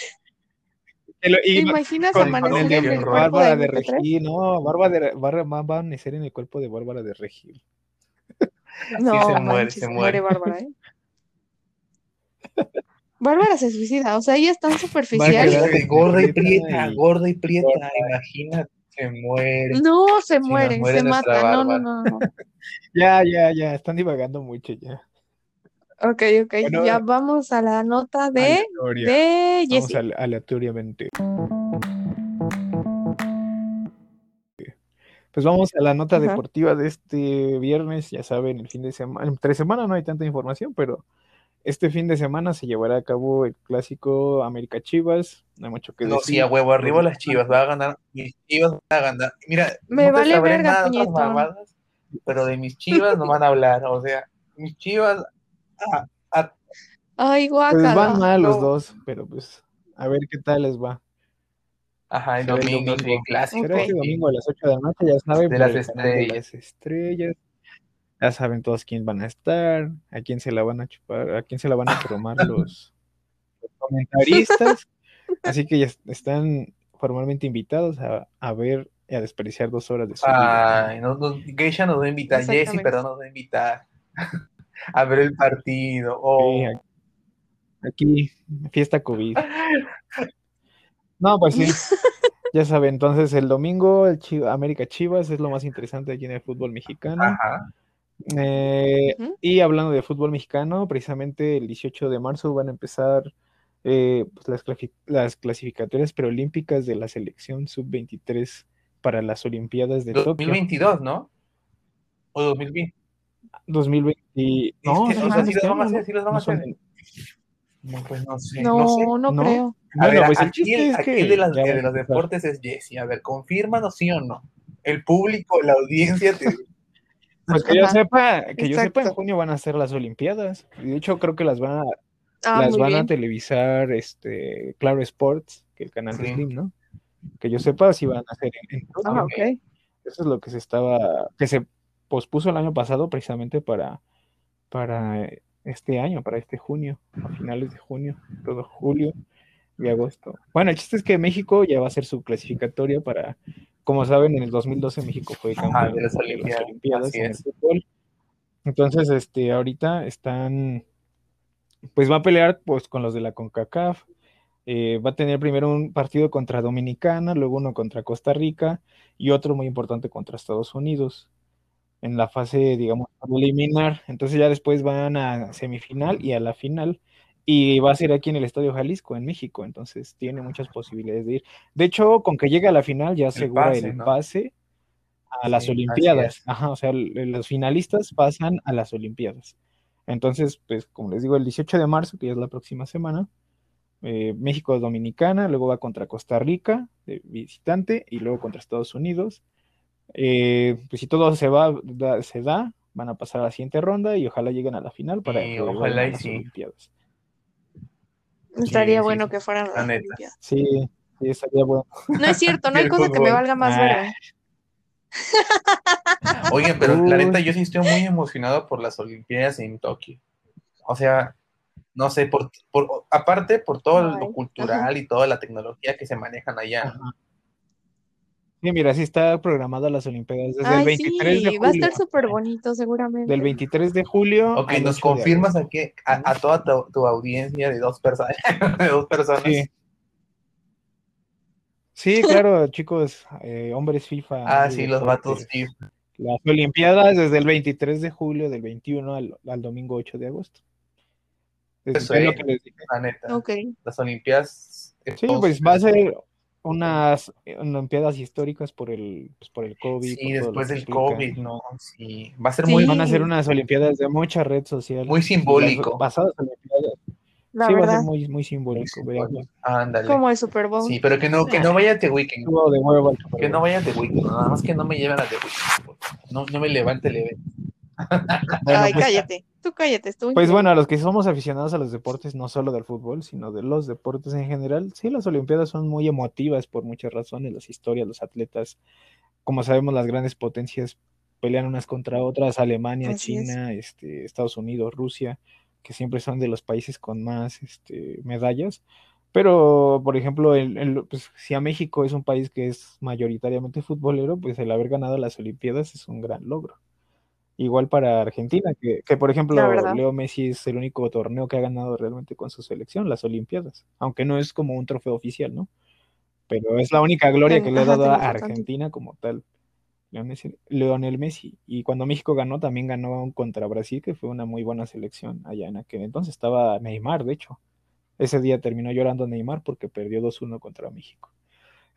[SPEAKER 1] Te lo-
[SPEAKER 2] ¿Te
[SPEAKER 1] y-
[SPEAKER 2] imaginas
[SPEAKER 1] con-
[SPEAKER 2] amanecer
[SPEAKER 1] con
[SPEAKER 2] en
[SPEAKER 1] el
[SPEAKER 2] el
[SPEAKER 1] de
[SPEAKER 2] cuerpo
[SPEAKER 1] Bárbara de
[SPEAKER 2] MP3?
[SPEAKER 1] Regil, no, Bárbara de, Bárbara va a amanecer en el cuerpo de Bárbara de Regil.
[SPEAKER 2] No,
[SPEAKER 3] Sí, se
[SPEAKER 2] manches,
[SPEAKER 3] muere, se muere.
[SPEAKER 2] Bárbara, ¿eh? Bárbara se suicida, o sea, ella es tan superficial.
[SPEAKER 1] quedar-
[SPEAKER 3] Imagínate, gorda y prieta,
[SPEAKER 1] y-
[SPEAKER 3] gorda y prieta,
[SPEAKER 1] gorda.
[SPEAKER 3] imagínate, se muere.
[SPEAKER 2] No, se
[SPEAKER 3] nos
[SPEAKER 2] mueren,
[SPEAKER 3] muere
[SPEAKER 2] se
[SPEAKER 3] nuestra
[SPEAKER 2] mata. No, no,
[SPEAKER 3] Bárbara.
[SPEAKER 2] no, no.
[SPEAKER 1] Ya, ya, ya, están divagando mucho ya.
[SPEAKER 2] Ok, ok,
[SPEAKER 1] Bueno,
[SPEAKER 2] ya vamos a la nota de,
[SPEAKER 1] Aleatoria.
[SPEAKER 2] de
[SPEAKER 1] Vamos
[SPEAKER 2] Jessie.
[SPEAKER 1] al- aleatoriamente. Pues vamos a la nota
[SPEAKER 2] Ajá.
[SPEAKER 1] deportiva de este viernes, ya saben, el fin de semana, entre semana no hay tanta información, pero este fin de semana se llevará a cabo el clásico América Chivas, no hay mucho que
[SPEAKER 3] No,
[SPEAKER 1] decir.
[SPEAKER 3] sí, a huevo, arriba las chivas, va a ganar, mis chivas van a ganar. Mira,
[SPEAKER 2] Me
[SPEAKER 3] no te
[SPEAKER 2] vale
[SPEAKER 3] sabré
[SPEAKER 2] verga,
[SPEAKER 3] nada de otras
[SPEAKER 2] puñetón.
[SPEAKER 3] mamadas, pero de mis chivas no van a hablar, o sea, mis chivas, ah,
[SPEAKER 2] Ay,
[SPEAKER 1] Pues
[SPEAKER 2] guácala.
[SPEAKER 1] van mal los
[SPEAKER 3] No.
[SPEAKER 1] dos, pero pues a ver qué tal les va.
[SPEAKER 3] ajá, el
[SPEAKER 1] Será el
[SPEAKER 3] domingo, sí,
[SPEAKER 1] domingo.
[SPEAKER 3] clásico,
[SPEAKER 1] Será este
[SPEAKER 3] sí.
[SPEAKER 1] domingo a las 8 de la noche, ya saben,
[SPEAKER 3] De
[SPEAKER 1] por
[SPEAKER 3] las
[SPEAKER 1] el canal de
[SPEAKER 3] estrellas.
[SPEAKER 1] las estrellas. Ya saben todos quién van a estar, a quién se la van a chupar, a quién se la van a cromar los, los comentaristas. Así que ya est- están formalmente invitados a, a ver y a desperdiciar dos horas de su vida.
[SPEAKER 3] Ay, nos, nos- Geisha nos va a invitar, Jessy,
[SPEAKER 2] Exactamente.
[SPEAKER 3] perdón, nos va a invitar a ver el partido.
[SPEAKER 1] Sí,
[SPEAKER 3] Oh,
[SPEAKER 1] a- Aquí, fiesta COVID. No, pues sí. Ya saben, entonces el domingo, el Chi- América Chivas es lo más interesante aquí en el fútbol mexicano.
[SPEAKER 3] ajá.
[SPEAKER 1] Eh,
[SPEAKER 2] Ujú.
[SPEAKER 1] y hablando de fútbol mexicano, precisamente el 18 de marzo van a empezar eh, pues, las, clasi- las clasificatorias preolímpicas de la selección sub-23 para las Olimpiadas de Tokio
[SPEAKER 3] 2022, ¿no? O 2020.
[SPEAKER 1] 2020. No,
[SPEAKER 3] Este,
[SPEAKER 1] sí
[SPEAKER 3] o sea,
[SPEAKER 1] son este
[SPEAKER 3] sí las van a
[SPEAKER 1] año,
[SPEAKER 3] hacer,
[SPEAKER 1] ¿no?
[SPEAKER 3] sí las van a
[SPEAKER 1] No son-
[SPEAKER 3] hacer. No, pues no sé,
[SPEAKER 2] No,
[SPEAKER 3] no sé.
[SPEAKER 2] no
[SPEAKER 1] ¿no?
[SPEAKER 2] creo.
[SPEAKER 3] A
[SPEAKER 1] Bueno,
[SPEAKER 3] ver,
[SPEAKER 1] pues el
[SPEAKER 3] aquí,
[SPEAKER 1] chiste es
[SPEAKER 3] aquí
[SPEAKER 1] que
[SPEAKER 3] el de, las-
[SPEAKER 1] ya
[SPEAKER 3] el
[SPEAKER 1] va
[SPEAKER 3] de
[SPEAKER 1] a
[SPEAKER 3] los
[SPEAKER 1] empezar.
[SPEAKER 3] deportes es Jessy. A ver, confírmanos sí o no. El público, la audiencia te
[SPEAKER 1] Pues que yo
[SPEAKER 2] Ajá,
[SPEAKER 1] sepa, que yo sepa, en
[SPEAKER 2] exacto.
[SPEAKER 1] junio van a hacer las Olimpiadas. De hecho, creo que las van a,
[SPEAKER 2] Ah,
[SPEAKER 1] las
[SPEAKER 2] muy
[SPEAKER 1] van a
[SPEAKER 2] bien.
[SPEAKER 1] televisar este Claro Sports, que el canal de
[SPEAKER 3] Sí.
[SPEAKER 1] Slim, ¿no? Que yo sepa si van a hacer en, en Tokio.
[SPEAKER 2] Ah, ok.
[SPEAKER 1] Eso es lo que se estaba, que se pospuso el año pasado precisamente para, para este año, para este junio, a finales de junio, todo julio y agosto. Bueno, el chiste es que México ya va a hacer su clasificatoria para, como saben, en el 2012 México fue campeón
[SPEAKER 3] de las Olimpiadas, así
[SPEAKER 1] en el
[SPEAKER 3] es.
[SPEAKER 1] fútbol. Entonces, este, ahorita están, pues va a pelear pues con los de la CONCACAF. Eh, va a tener primero un partido contra Dominicana, luego uno contra Costa Rica y otro muy importante contra Estados Unidos en la fase, digamos, preliminar. Entonces ya después van a semifinal y a la final. Y va a ser aquí en el Estadio Jalisco, en México. Entonces tiene muchas posibilidades de ir. De hecho, con que llegue a la final ya asegura
[SPEAKER 3] pase,
[SPEAKER 1] el
[SPEAKER 3] ¿no?
[SPEAKER 1] pase a las
[SPEAKER 3] Sí, así
[SPEAKER 1] Olimpiadas.
[SPEAKER 3] es.
[SPEAKER 1] Ajá, o sea, l- los finalistas pasan a las Olimpiadas. Entonces, pues como les digo, el 18 de marzo, que ya es la próxima semana, eh, México es Dominicana, luego va contra Costa Rica de visitante y luego contra Estados Unidos. Eh, pues si todo se va, da- se da, van a pasar a la siguiente ronda y ojalá lleguen a la final para
[SPEAKER 3] Sí,
[SPEAKER 1] que vayan
[SPEAKER 3] ojalá
[SPEAKER 1] a
[SPEAKER 3] y
[SPEAKER 1] las
[SPEAKER 3] sí.
[SPEAKER 1] Olimpiadas.
[SPEAKER 2] Estaría
[SPEAKER 3] sí,
[SPEAKER 2] bueno
[SPEAKER 3] sí,
[SPEAKER 2] que fueran
[SPEAKER 3] la
[SPEAKER 2] las
[SPEAKER 3] neta.
[SPEAKER 2] Olimpiadas.
[SPEAKER 1] Sí, sí, estaría bueno.
[SPEAKER 2] No es cierto, no hay
[SPEAKER 3] El
[SPEAKER 2] cosa que me
[SPEAKER 3] fútbol.
[SPEAKER 2] valga más
[SPEAKER 1] Ah.
[SPEAKER 2] verga.
[SPEAKER 3] Oigan, pero la
[SPEAKER 1] Uy.
[SPEAKER 3] neta, yo sí estoy muy emocionado por las Olimpiadas en Tokio. O sea, no sé, por, por- aparte por todo
[SPEAKER 2] Ay,
[SPEAKER 3] lo cultural y toda la tecnología que se manejan allá.
[SPEAKER 1] Ajá. Sí, mira, sí está programada las Olimpiadas
[SPEAKER 3] Pues
[SPEAKER 1] desde el
[SPEAKER 2] Ay,
[SPEAKER 1] 23 de
[SPEAKER 2] sí, va a estar
[SPEAKER 1] julio.
[SPEAKER 2] súper bonito seguramente.
[SPEAKER 1] Del 23 de julio.
[SPEAKER 3] Ok,
[SPEAKER 1] al 8
[SPEAKER 3] nos
[SPEAKER 1] de
[SPEAKER 3] confirmas aquí a, a toda tu, tu audiencia de dos personas, de dos personas.
[SPEAKER 1] agosto. Sí. Sí, claro, chicos, eh, hombres FIFA.
[SPEAKER 3] Ah,
[SPEAKER 1] hombres
[SPEAKER 3] sí, los
[SPEAKER 1] deportes.
[SPEAKER 3] vatos sí.
[SPEAKER 1] Las Olimpiadas desde el 23 de julio, del 21 al, al domingo 8 de agosto. Desde-
[SPEAKER 3] Eso
[SPEAKER 1] es lo
[SPEAKER 3] es.
[SPEAKER 1] que les dije.
[SPEAKER 3] La neta.
[SPEAKER 2] Ok.
[SPEAKER 3] Las Olimpiadas. eh,
[SPEAKER 1] Sí, pues va a ser unas eh, Olimpiadas históricas por el, pues, por el COVID.
[SPEAKER 3] Sí,
[SPEAKER 1] por todo lo
[SPEAKER 3] después
[SPEAKER 1] que
[SPEAKER 3] del
[SPEAKER 1] implica.
[SPEAKER 3] COVID, no, sí. Va a ser
[SPEAKER 2] Sí.
[SPEAKER 3] muy,
[SPEAKER 1] Van a ser
[SPEAKER 2] Sí.
[SPEAKER 1] unas Olimpiadas de mucha red social.
[SPEAKER 3] muy
[SPEAKER 1] Las
[SPEAKER 3] simbólico.
[SPEAKER 1] Pasadas Olimpiadas.
[SPEAKER 2] La
[SPEAKER 1] sí, va a
[SPEAKER 2] verdad,
[SPEAKER 1] ser muy, muy simbólico. veremos.
[SPEAKER 3] Ándale.
[SPEAKER 2] como el Super Bowl.
[SPEAKER 3] Sí, pero que no, que no vaya The Weeknd.
[SPEAKER 1] Estuvo de huevo el Super
[SPEAKER 3] Que no
[SPEAKER 1] Bowl.
[SPEAKER 3] vaya The Weeknd. Nada más que no me lleve a la The Weeknd. por favor. No, no me levante el evento.
[SPEAKER 1] Bueno,
[SPEAKER 2] Ay,
[SPEAKER 1] pues-
[SPEAKER 3] ah,
[SPEAKER 2] cállate. Tú cállate, estuvo
[SPEAKER 1] Pues
[SPEAKER 2] increíble.
[SPEAKER 1] bueno, a los que somos aficionados a los deportes, no solo del fútbol, sino de los deportes en general, sí, las Olimpiadas son muy emotivas por muchas razones, las historias, los atletas, como sabemos, las grandes potencias pelean unas contra otras, Alemania,
[SPEAKER 2] Así es.
[SPEAKER 1] China, este, Estados Unidos, Rusia, que siempre son de los países con más este, medallas, Pero, por ejemplo, el, el- pues, si a México es un país que es mayoritariamente futbolero, pues el haber ganado las Olimpiadas es un gran logro. Igual para Argentina, que, que, por ejemplo,
[SPEAKER 2] La verdad.
[SPEAKER 1] Leo Messi es el único torneo que ha ganado realmente con su selección, las Olimpiadas, aunque no es como un trofeo oficial, ¿no? Pero es la única gloria que
[SPEAKER 2] Ten-
[SPEAKER 1] le ha
[SPEAKER 2] ajá,
[SPEAKER 1] dado a
[SPEAKER 2] tenés razón.
[SPEAKER 1] Argentina como tal. Leo Messi- Leonel Messi. Y cuando México ganó, también ganó contra Brasil, que fue una muy buena selección allá en aquel entonces. Estaba Neymar, de hecho. Ese día terminó llorando Neymar porque perdió 2-1 contra México.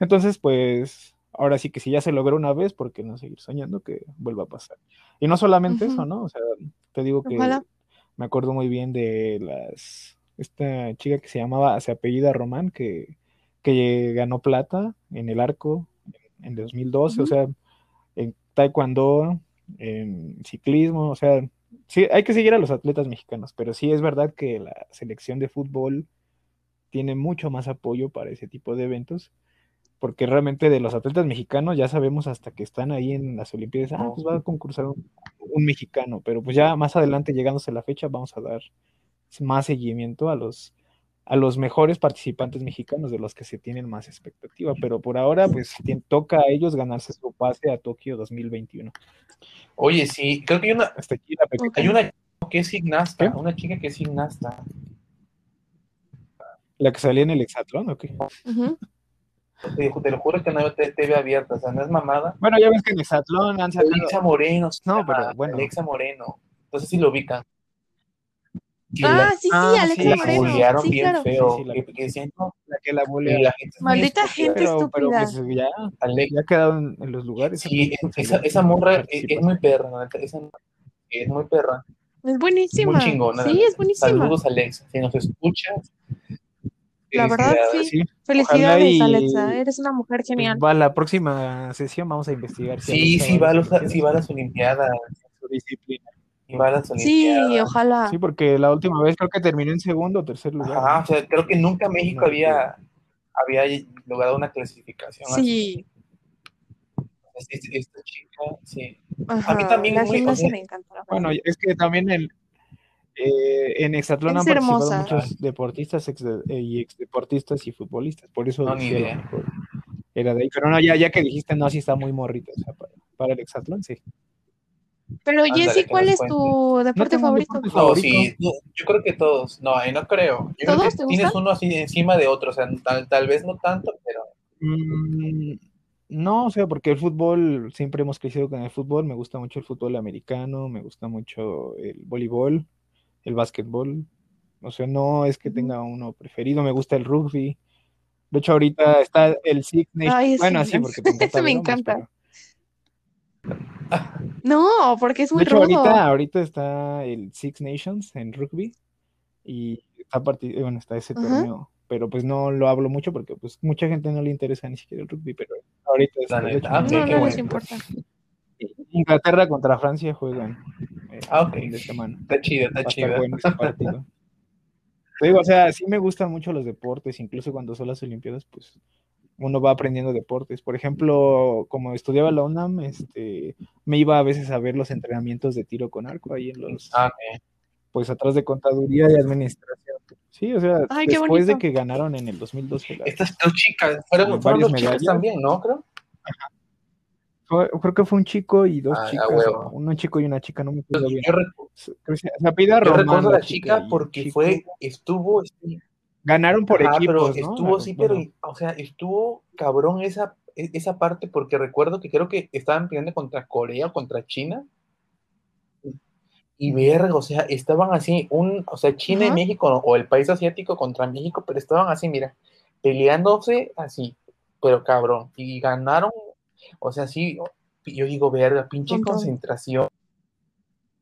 [SPEAKER 1] Entonces, pues, ahora sí que si ya se logró una vez, ¿por qué no seguir soñando que vuelva a pasar? Y no solamente
[SPEAKER 2] Ujú.
[SPEAKER 1] eso, ¿no? O sea, te digo que
[SPEAKER 2] Ojalá.
[SPEAKER 1] me acuerdo muy bien de las esta chica que se llamaba, se apellida Román, que, que ganó plata en el arco en 2012, o
[SPEAKER 2] Ujú.
[SPEAKER 1] sea, en taekwondo, en ciclismo, o sea, sí, hay que seguir a los atletas mexicanos, pero sí es verdad que la selección de fútbol tiene mucho más apoyo para ese tipo de eventos, porque realmente de los atletas mexicanos ya sabemos hasta que están ahí en las Olimpiadas, ah, pues va a concursar un, un mexicano, pero pues ya más adelante, llegándose la fecha, vamos a dar más seguimiento a los, a los mejores participantes mexicanos, de los que se tienen más expectativa, pero por ahora, pues tien- toca a ellos ganarse su pase a Tokio 2021.
[SPEAKER 3] Oye, sí, creo que hay una,
[SPEAKER 1] Hasta aquí la pequeña-
[SPEAKER 3] hay una que es gimnasta,
[SPEAKER 1] ¿Qué?
[SPEAKER 3] una chica que es gimnasta.
[SPEAKER 1] la que salía en el hexatlón, ¿o qué?
[SPEAKER 2] Ujú.
[SPEAKER 3] Te, te lo juro que no veo T- TV abierta, o sea, no es mamada.
[SPEAKER 1] Bueno, ya ves que en hexatlón han salido...
[SPEAKER 3] Alexa Moreno, se
[SPEAKER 1] No,
[SPEAKER 3] llama,
[SPEAKER 1] pero bueno.
[SPEAKER 3] Alexa Moreno. No sé si lo ubican. Y
[SPEAKER 2] Ah, sí, sí,
[SPEAKER 1] Ah,
[SPEAKER 2] Alexa
[SPEAKER 1] sí,
[SPEAKER 3] la
[SPEAKER 2] Moreno.
[SPEAKER 3] bullearon
[SPEAKER 2] Sí,
[SPEAKER 3] bien
[SPEAKER 2] claro.
[SPEAKER 3] feo.
[SPEAKER 1] Sí, sí, la-
[SPEAKER 3] que, que decían, no,
[SPEAKER 1] La que la
[SPEAKER 3] que
[SPEAKER 1] volea.
[SPEAKER 3] la gente es muy
[SPEAKER 2] Maldita
[SPEAKER 3] estúpida.
[SPEAKER 2] gente.
[SPEAKER 1] Pero, pero pues
[SPEAKER 2] estúpida.
[SPEAKER 1] ya,
[SPEAKER 3] Alexa,
[SPEAKER 1] ya quedaron en los lugares.
[SPEAKER 3] sí,
[SPEAKER 1] entonces,
[SPEAKER 3] esa,
[SPEAKER 1] pues,
[SPEAKER 3] esa morra es,
[SPEAKER 1] participa.
[SPEAKER 3] es muy perra, la neta, esa morra es muy perra.
[SPEAKER 2] Es buenísima.
[SPEAKER 3] Muy chingona. la
[SPEAKER 2] Sí,
[SPEAKER 3] neta.
[SPEAKER 2] es buenísima.
[SPEAKER 3] Saludos, Alexa. Si nos escuchas,
[SPEAKER 2] La verdad,
[SPEAKER 3] felicidades.
[SPEAKER 2] sí.
[SPEAKER 1] Sí,
[SPEAKER 2] Felicidades,
[SPEAKER 1] y-
[SPEAKER 2] Alexa. Eres una mujer
[SPEAKER 1] pues,
[SPEAKER 2] genial.
[SPEAKER 1] va la próxima sesión, vamos a investigar.
[SPEAKER 3] Sí,
[SPEAKER 1] Alexa
[SPEAKER 3] sí, va a, los,
[SPEAKER 1] Valencia
[SPEAKER 3] sí va a las Olimpiadas.
[SPEAKER 1] tiene su disciplina.
[SPEAKER 3] Sí va a las
[SPEAKER 2] Sí,
[SPEAKER 3] Olimpiadas.
[SPEAKER 2] ojalá.
[SPEAKER 1] Sí, porque la última vez creo que terminó en segundo o tercer lugar.
[SPEAKER 3] Ah. Ajá,
[SPEAKER 1] ¿no?
[SPEAKER 3] o sea, creo que nunca México
[SPEAKER 1] No,
[SPEAKER 3] había, había logrado una clasificación así.
[SPEAKER 2] Sí,
[SPEAKER 3] Así es- Esta chica, sí.
[SPEAKER 2] ajá.
[SPEAKER 3] mí también
[SPEAKER 2] la
[SPEAKER 3] es muy-
[SPEAKER 2] gimnasia
[SPEAKER 3] o sea,
[SPEAKER 2] me encanta. la
[SPEAKER 1] Bueno, es que también en, eh, en Hexatlón
[SPEAKER 2] Es
[SPEAKER 1] han participado
[SPEAKER 2] hermosa.
[SPEAKER 1] muchos deportistas ex eh, y exdeportistas y futbolistas, por eso
[SPEAKER 3] No, ni
[SPEAKER 1] decía a lo
[SPEAKER 3] idea.
[SPEAKER 1] mejor era de ahí. Pero no, ya, ya que dijiste, no, sí está muy morrito, o sea, para, para el Hexatlón, sí.
[SPEAKER 2] verdad. Pero
[SPEAKER 3] Ándale,
[SPEAKER 2] Jessy,
[SPEAKER 3] que
[SPEAKER 2] ¿cuál
[SPEAKER 3] nos
[SPEAKER 2] es tu deporte
[SPEAKER 1] tengo un
[SPEAKER 2] favorito?
[SPEAKER 1] deporte
[SPEAKER 3] No,
[SPEAKER 1] favorito.
[SPEAKER 3] sí, no, yo creo que todos. No, eh, no creo. Yo creo
[SPEAKER 2] ¿Todos
[SPEAKER 3] que
[SPEAKER 2] te
[SPEAKER 3] tienes
[SPEAKER 2] gustan?
[SPEAKER 3] uno así encima de otro, o sea, tal, tal vez no tanto, pero
[SPEAKER 1] Mm, no, o sea, porque el fútbol, siempre hemos crecido con el fútbol, me gusta mucho el fútbol americano, me gusta mucho el voleibol, el básquetbol, o sea, no es que
[SPEAKER 2] Ujú.
[SPEAKER 1] tenga uno preferido, me gusta el rugby, de hecho ahorita está el Six Nations,
[SPEAKER 2] Ay, eso
[SPEAKER 1] bueno,
[SPEAKER 2] me
[SPEAKER 1] sí,
[SPEAKER 2] encanta.
[SPEAKER 1] porque te encanta
[SPEAKER 2] Eso me
[SPEAKER 1] ver hombres,
[SPEAKER 2] encanta.
[SPEAKER 1] pero-
[SPEAKER 2] No, porque es
[SPEAKER 1] de
[SPEAKER 2] muy
[SPEAKER 1] hecho
[SPEAKER 2] rudo.
[SPEAKER 3] ah,
[SPEAKER 1] ahorita, ahorita está el Six Nations en rugby y está, parti- eh, bueno, está ese
[SPEAKER 2] Ajá.
[SPEAKER 1] torneo, pero pues no lo hablo mucho porque pues mucha gente no le interesa ni siquiera el rugby, pero ahorita está, de
[SPEAKER 3] la
[SPEAKER 1] hecho,
[SPEAKER 3] neta. Ah, ok,
[SPEAKER 2] No,
[SPEAKER 3] qué
[SPEAKER 2] no les
[SPEAKER 3] bueno.
[SPEAKER 2] importa.
[SPEAKER 1] Inglaterra contra Francia juegan eh,
[SPEAKER 3] Ah, ok.
[SPEAKER 1] fin de semana.
[SPEAKER 3] Está chido, está
[SPEAKER 1] Va a estar
[SPEAKER 3] chido.
[SPEAKER 1] bueno ese partido. Te digo, o sea, sí me gustan mucho los deportes, incluso cuando son las Olimpiadas, pues uno va aprendiendo deportes. Por ejemplo, como estudiaba en la UNAM, este, me iba a veces a ver los entrenamientos de tiro con arco ahí en los,
[SPEAKER 3] Ah, ok.
[SPEAKER 1] pues atrás de contaduría y administración. Sí, o sea,
[SPEAKER 2] Ay, qué
[SPEAKER 1] después de
[SPEAKER 2] bonito.
[SPEAKER 1] que ganaron en el 2012, la-
[SPEAKER 3] Estas dos chicas, fueron, fueron
[SPEAKER 1] Varias
[SPEAKER 3] dos chicas
[SPEAKER 1] medallas.
[SPEAKER 3] también, ¿no? Creo.
[SPEAKER 1] fue- creo que fue un chico y dos
[SPEAKER 3] Ah, a
[SPEAKER 1] chicas,
[SPEAKER 3] huevo.
[SPEAKER 1] o un chico y una chica, no me
[SPEAKER 3] Yo,
[SPEAKER 1] acuerdo bien.
[SPEAKER 3] yo recu-
[SPEAKER 1] Se se apellida
[SPEAKER 3] yo
[SPEAKER 1] Román,
[SPEAKER 3] recuerdo a la
[SPEAKER 1] y
[SPEAKER 3] chica
[SPEAKER 1] el
[SPEAKER 3] porque
[SPEAKER 1] chico.
[SPEAKER 3] fue, estuvo, este,
[SPEAKER 1] Ganaron por
[SPEAKER 3] ajá,
[SPEAKER 1] equipos,
[SPEAKER 3] pero
[SPEAKER 1] ¿no?
[SPEAKER 3] estuvo
[SPEAKER 1] La-
[SPEAKER 3] sí, pero,
[SPEAKER 1] bueno,
[SPEAKER 3] o sea, estuvo cabrón esa, e- esa parte porque recuerdo que creo que estaban peleando contra Corea o contra China. Y verga, o sea, estaban así, un, o sea, China y
[SPEAKER 2] Ajá.
[SPEAKER 3] México, o el país asiático contra México, pero estaban así, mira, peleándose así, pero cabrón. Y ganaron, o sea, sí, yo digo, verga, pinche
[SPEAKER 2] Montón.
[SPEAKER 3] concentración.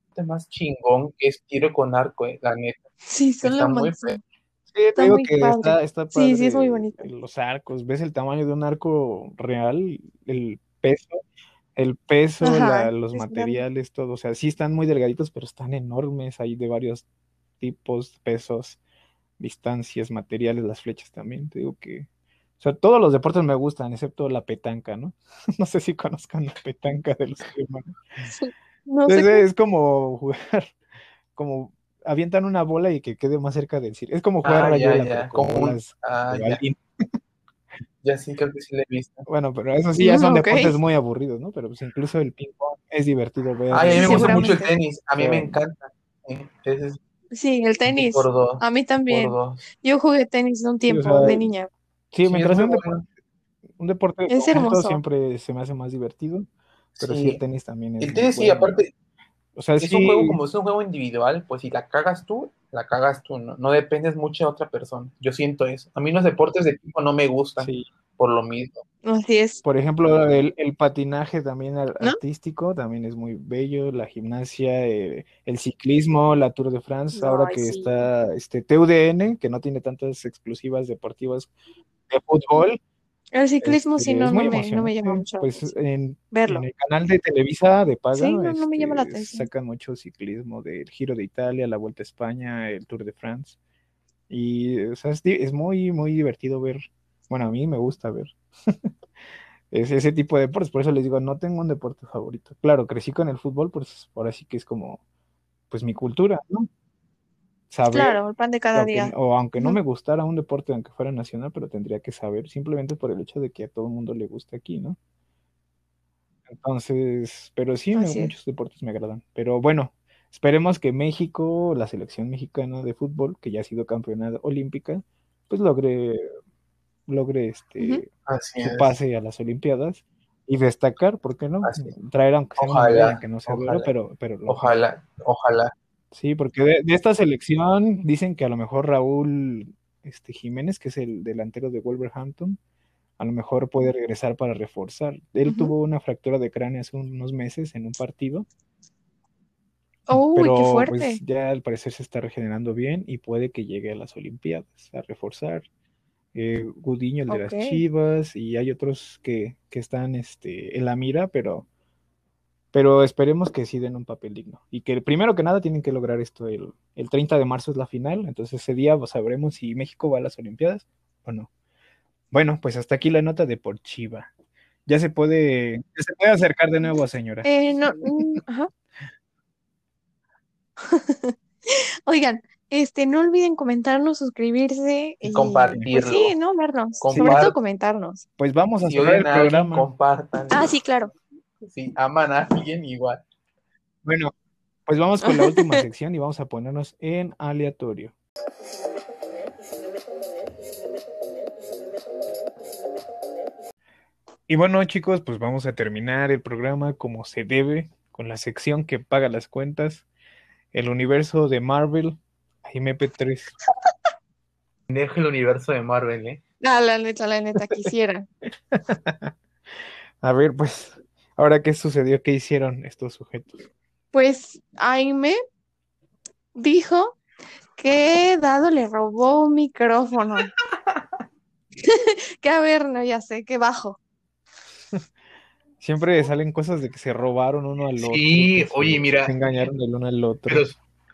[SPEAKER 3] Este más chingón que es tiro con arco, eh, la neta.
[SPEAKER 2] Sí, son
[SPEAKER 3] Está
[SPEAKER 2] la
[SPEAKER 3] muy
[SPEAKER 2] máxima.
[SPEAKER 1] sí, te
[SPEAKER 2] Está
[SPEAKER 1] digo
[SPEAKER 2] muy
[SPEAKER 1] que
[SPEAKER 2] padre.
[SPEAKER 1] está, está
[SPEAKER 2] Sí, sí, es muy
[SPEAKER 1] padre
[SPEAKER 2] bonito.
[SPEAKER 1] Los arcos, ves el tamaño de un arco real, el peso, el peso,
[SPEAKER 2] Ajá,
[SPEAKER 1] la- los
[SPEAKER 2] es grande.
[SPEAKER 1] materiales, todo. O sea, sí están muy delgaditos, pero están enormes. Hay de varios tipos, pesos, distancias, materiales, las flechas también. Te digo que. O sea, todos los deportes me gustan, excepto la petanca, ¿no? No sé si conozcan la petanca de los hermanos.
[SPEAKER 2] No sé
[SPEAKER 1] Entonces
[SPEAKER 2] qué.
[SPEAKER 1] es como jugar, como avientan una bola y que quede más cerca del cielo. Es como jugar a
[SPEAKER 3] Ah,
[SPEAKER 1] la
[SPEAKER 3] ya,
[SPEAKER 1] yola,
[SPEAKER 3] ya.
[SPEAKER 1] pero con
[SPEAKER 3] Como un-
[SPEAKER 1] bolas
[SPEAKER 3] Ah,
[SPEAKER 1] de
[SPEAKER 3] ya.
[SPEAKER 1] balín.
[SPEAKER 3] Ya sí, creo que sí le he visto.
[SPEAKER 1] Bueno, pero eso sí, ya son
[SPEAKER 2] Ah, ok.
[SPEAKER 1] deportes muy aburridos, ¿no? Pero pues incluso el ping-pong es divertido ver.
[SPEAKER 3] Ay, a mí me gusta mucho el
[SPEAKER 2] Seguramente.
[SPEAKER 3] tenis. A mí me
[SPEAKER 1] Sí.
[SPEAKER 3] encanta. Sí, Ese es
[SPEAKER 2] Sí, el tenis. Ah,
[SPEAKER 3] por dos.
[SPEAKER 2] A mí también.
[SPEAKER 3] Por dos.
[SPEAKER 2] Yo jugué tenis un tiempo
[SPEAKER 1] sea,
[SPEAKER 2] de niña.
[SPEAKER 1] Sí,
[SPEAKER 3] Sí,
[SPEAKER 1] mientras
[SPEAKER 3] es
[SPEAKER 1] un,
[SPEAKER 3] muy
[SPEAKER 1] dep-
[SPEAKER 3] bueno.
[SPEAKER 1] un deporte de
[SPEAKER 2] Es
[SPEAKER 1] conjunto
[SPEAKER 2] hermoso.
[SPEAKER 1] siempre se me hace más divertido, pero sí,
[SPEAKER 3] Sí.
[SPEAKER 1] el tenis también es
[SPEAKER 3] El
[SPEAKER 1] muy
[SPEAKER 3] tenis, sí,
[SPEAKER 1] bueno.
[SPEAKER 3] aparte,
[SPEAKER 1] O sea,
[SPEAKER 3] es
[SPEAKER 1] sí,
[SPEAKER 3] un juego como es un juego individual, pues si la cagas tú, la cagas tú, ¿no? No dependes mucho de otra persona. Yo siento eso. A mí los deportes de equipo no me gustan
[SPEAKER 1] sí.
[SPEAKER 3] por lo mismo.
[SPEAKER 2] Así es.
[SPEAKER 1] Por ejemplo, el, el patinaje también al-
[SPEAKER 2] ¿No?
[SPEAKER 1] artístico también es muy bello, la gimnasia, eh, el ciclismo, la Tour de France, ahora
[SPEAKER 2] Ay,
[SPEAKER 1] que
[SPEAKER 2] sí.
[SPEAKER 1] está este TUDN, que no tiene tantas exclusivas deportivas de fútbol.
[SPEAKER 2] El ciclismo sí
[SPEAKER 1] este,
[SPEAKER 2] no,
[SPEAKER 1] es
[SPEAKER 2] no
[SPEAKER 1] muy
[SPEAKER 2] me, no me llama
[SPEAKER 1] emocionante.
[SPEAKER 2] mucho la
[SPEAKER 1] Pues
[SPEAKER 2] atención.
[SPEAKER 1] en,
[SPEAKER 2] verlo.
[SPEAKER 1] en el canal de Televisa de paga,
[SPEAKER 2] Sí, no, no me llama la
[SPEAKER 1] este,
[SPEAKER 2] atención.
[SPEAKER 1] sacan mucho ciclismo del Giro de Italia, la Vuelta a España, el Tour de France. Y o sea, es, di- es muy, muy divertido ver. Bueno, a mí me gusta ver es- ese tipo de deportes. Por eso les digo, no tengo un deporte favorito. Claro, crecí con el fútbol, pues ahora sí que es como, pues mi cultura, ¿no? Saber,
[SPEAKER 2] Claro, el pan de cada
[SPEAKER 1] aunque-
[SPEAKER 2] día.
[SPEAKER 1] o aunque no
[SPEAKER 2] Ujú.
[SPEAKER 1] me gustara un deporte, aunque fuera nacional, pero tendría que saber simplemente por el hecho de que a todo el mundo le gusta aquí, ¿no? Entonces, pero sí, me-
[SPEAKER 2] Así es.
[SPEAKER 1] muchos deportes me agradan. Pero bueno, esperemos que México, la selección mexicana de fútbol, que ya ha sido campeona olímpica, pues logre, logre este,
[SPEAKER 2] Ujú.
[SPEAKER 3] Así
[SPEAKER 1] su
[SPEAKER 3] es.
[SPEAKER 1] pase a las Olimpiadas y destacar, ¿por qué no?
[SPEAKER 3] Así es.
[SPEAKER 1] Traer aunque sea una
[SPEAKER 3] Ojalá,
[SPEAKER 1] medalla, aunque no sea
[SPEAKER 3] ojalá.
[SPEAKER 1] oro, pero, pero lo-
[SPEAKER 3] Ojalá, ojalá.
[SPEAKER 1] sí, porque de, de esta selección dicen que a lo mejor Raúl este, Jiménez, que es el delantero de Wolverhampton, a lo mejor puede regresar para reforzar. Él
[SPEAKER 2] Ujú.
[SPEAKER 1] tuvo una fractura de cráneo hace unos meses en un partido,
[SPEAKER 2] Uy,
[SPEAKER 1] pero
[SPEAKER 2] qué fuerte.
[SPEAKER 1] pues ya al parecer se está regenerando bien y puede que llegue a las Olimpiadas a reforzar. Eh, Gudiño, el de
[SPEAKER 2] Ok.
[SPEAKER 1] las Chivas, y hay otros que, que están este, en la mira, pero, pero esperemos que sí den un papel digno. Y que primero que nada tienen que lograr esto. El, el 30 de marzo es la final, entonces ese día pues, sabremos si México va a las Olimpiadas o no. Bueno, pues hasta aquí la nota de por Chiva. Ya se puede, ya se puede acercar de nuevo, señora.
[SPEAKER 2] Eh, no, mm, ajá. Oigan, este, no olviden comentarnos, suscribirse
[SPEAKER 3] Y
[SPEAKER 2] y pues
[SPEAKER 3] compartirlo.
[SPEAKER 2] sí, no vernos, sobre
[SPEAKER 3] Compart-
[SPEAKER 2] todo comentarnos.
[SPEAKER 1] Pues vamos a
[SPEAKER 3] Si
[SPEAKER 1] cerrar el
[SPEAKER 3] oyen a alguien,
[SPEAKER 1] programa.
[SPEAKER 3] compartan.
[SPEAKER 2] Ah, sí, claro.
[SPEAKER 3] Si aman a alguien, igual.
[SPEAKER 1] Bueno, pues vamos con la última sección y vamos a ponernos en aleatorio. Y bueno, chicos, pues vamos a terminar el programa como se debe, con la sección que paga las cuentas, el universo de Marvel y MP3.
[SPEAKER 3] Deje el universo de Marvel, ¿eh?
[SPEAKER 2] Ah, la neta, la neta, quisiera.
[SPEAKER 1] A ver, pues, ahora qué sucedió, qué hicieron estos sujetos.
[SPEAKER 2] Pues Aime dijo que Dado le robó un micrófono. que a ver, no, ya sé, que bajo.
[SPEAKER 1] Siempre salen cosas de que se robaron uno al otro.
[SPEAKER 3] Sí,
[SPEAKER 1] que se-
[SPEAKER 3] oye, mira.
[SPEAKER 1] Se engañaron el uno al otro.
[SPEAKER 3] Pero,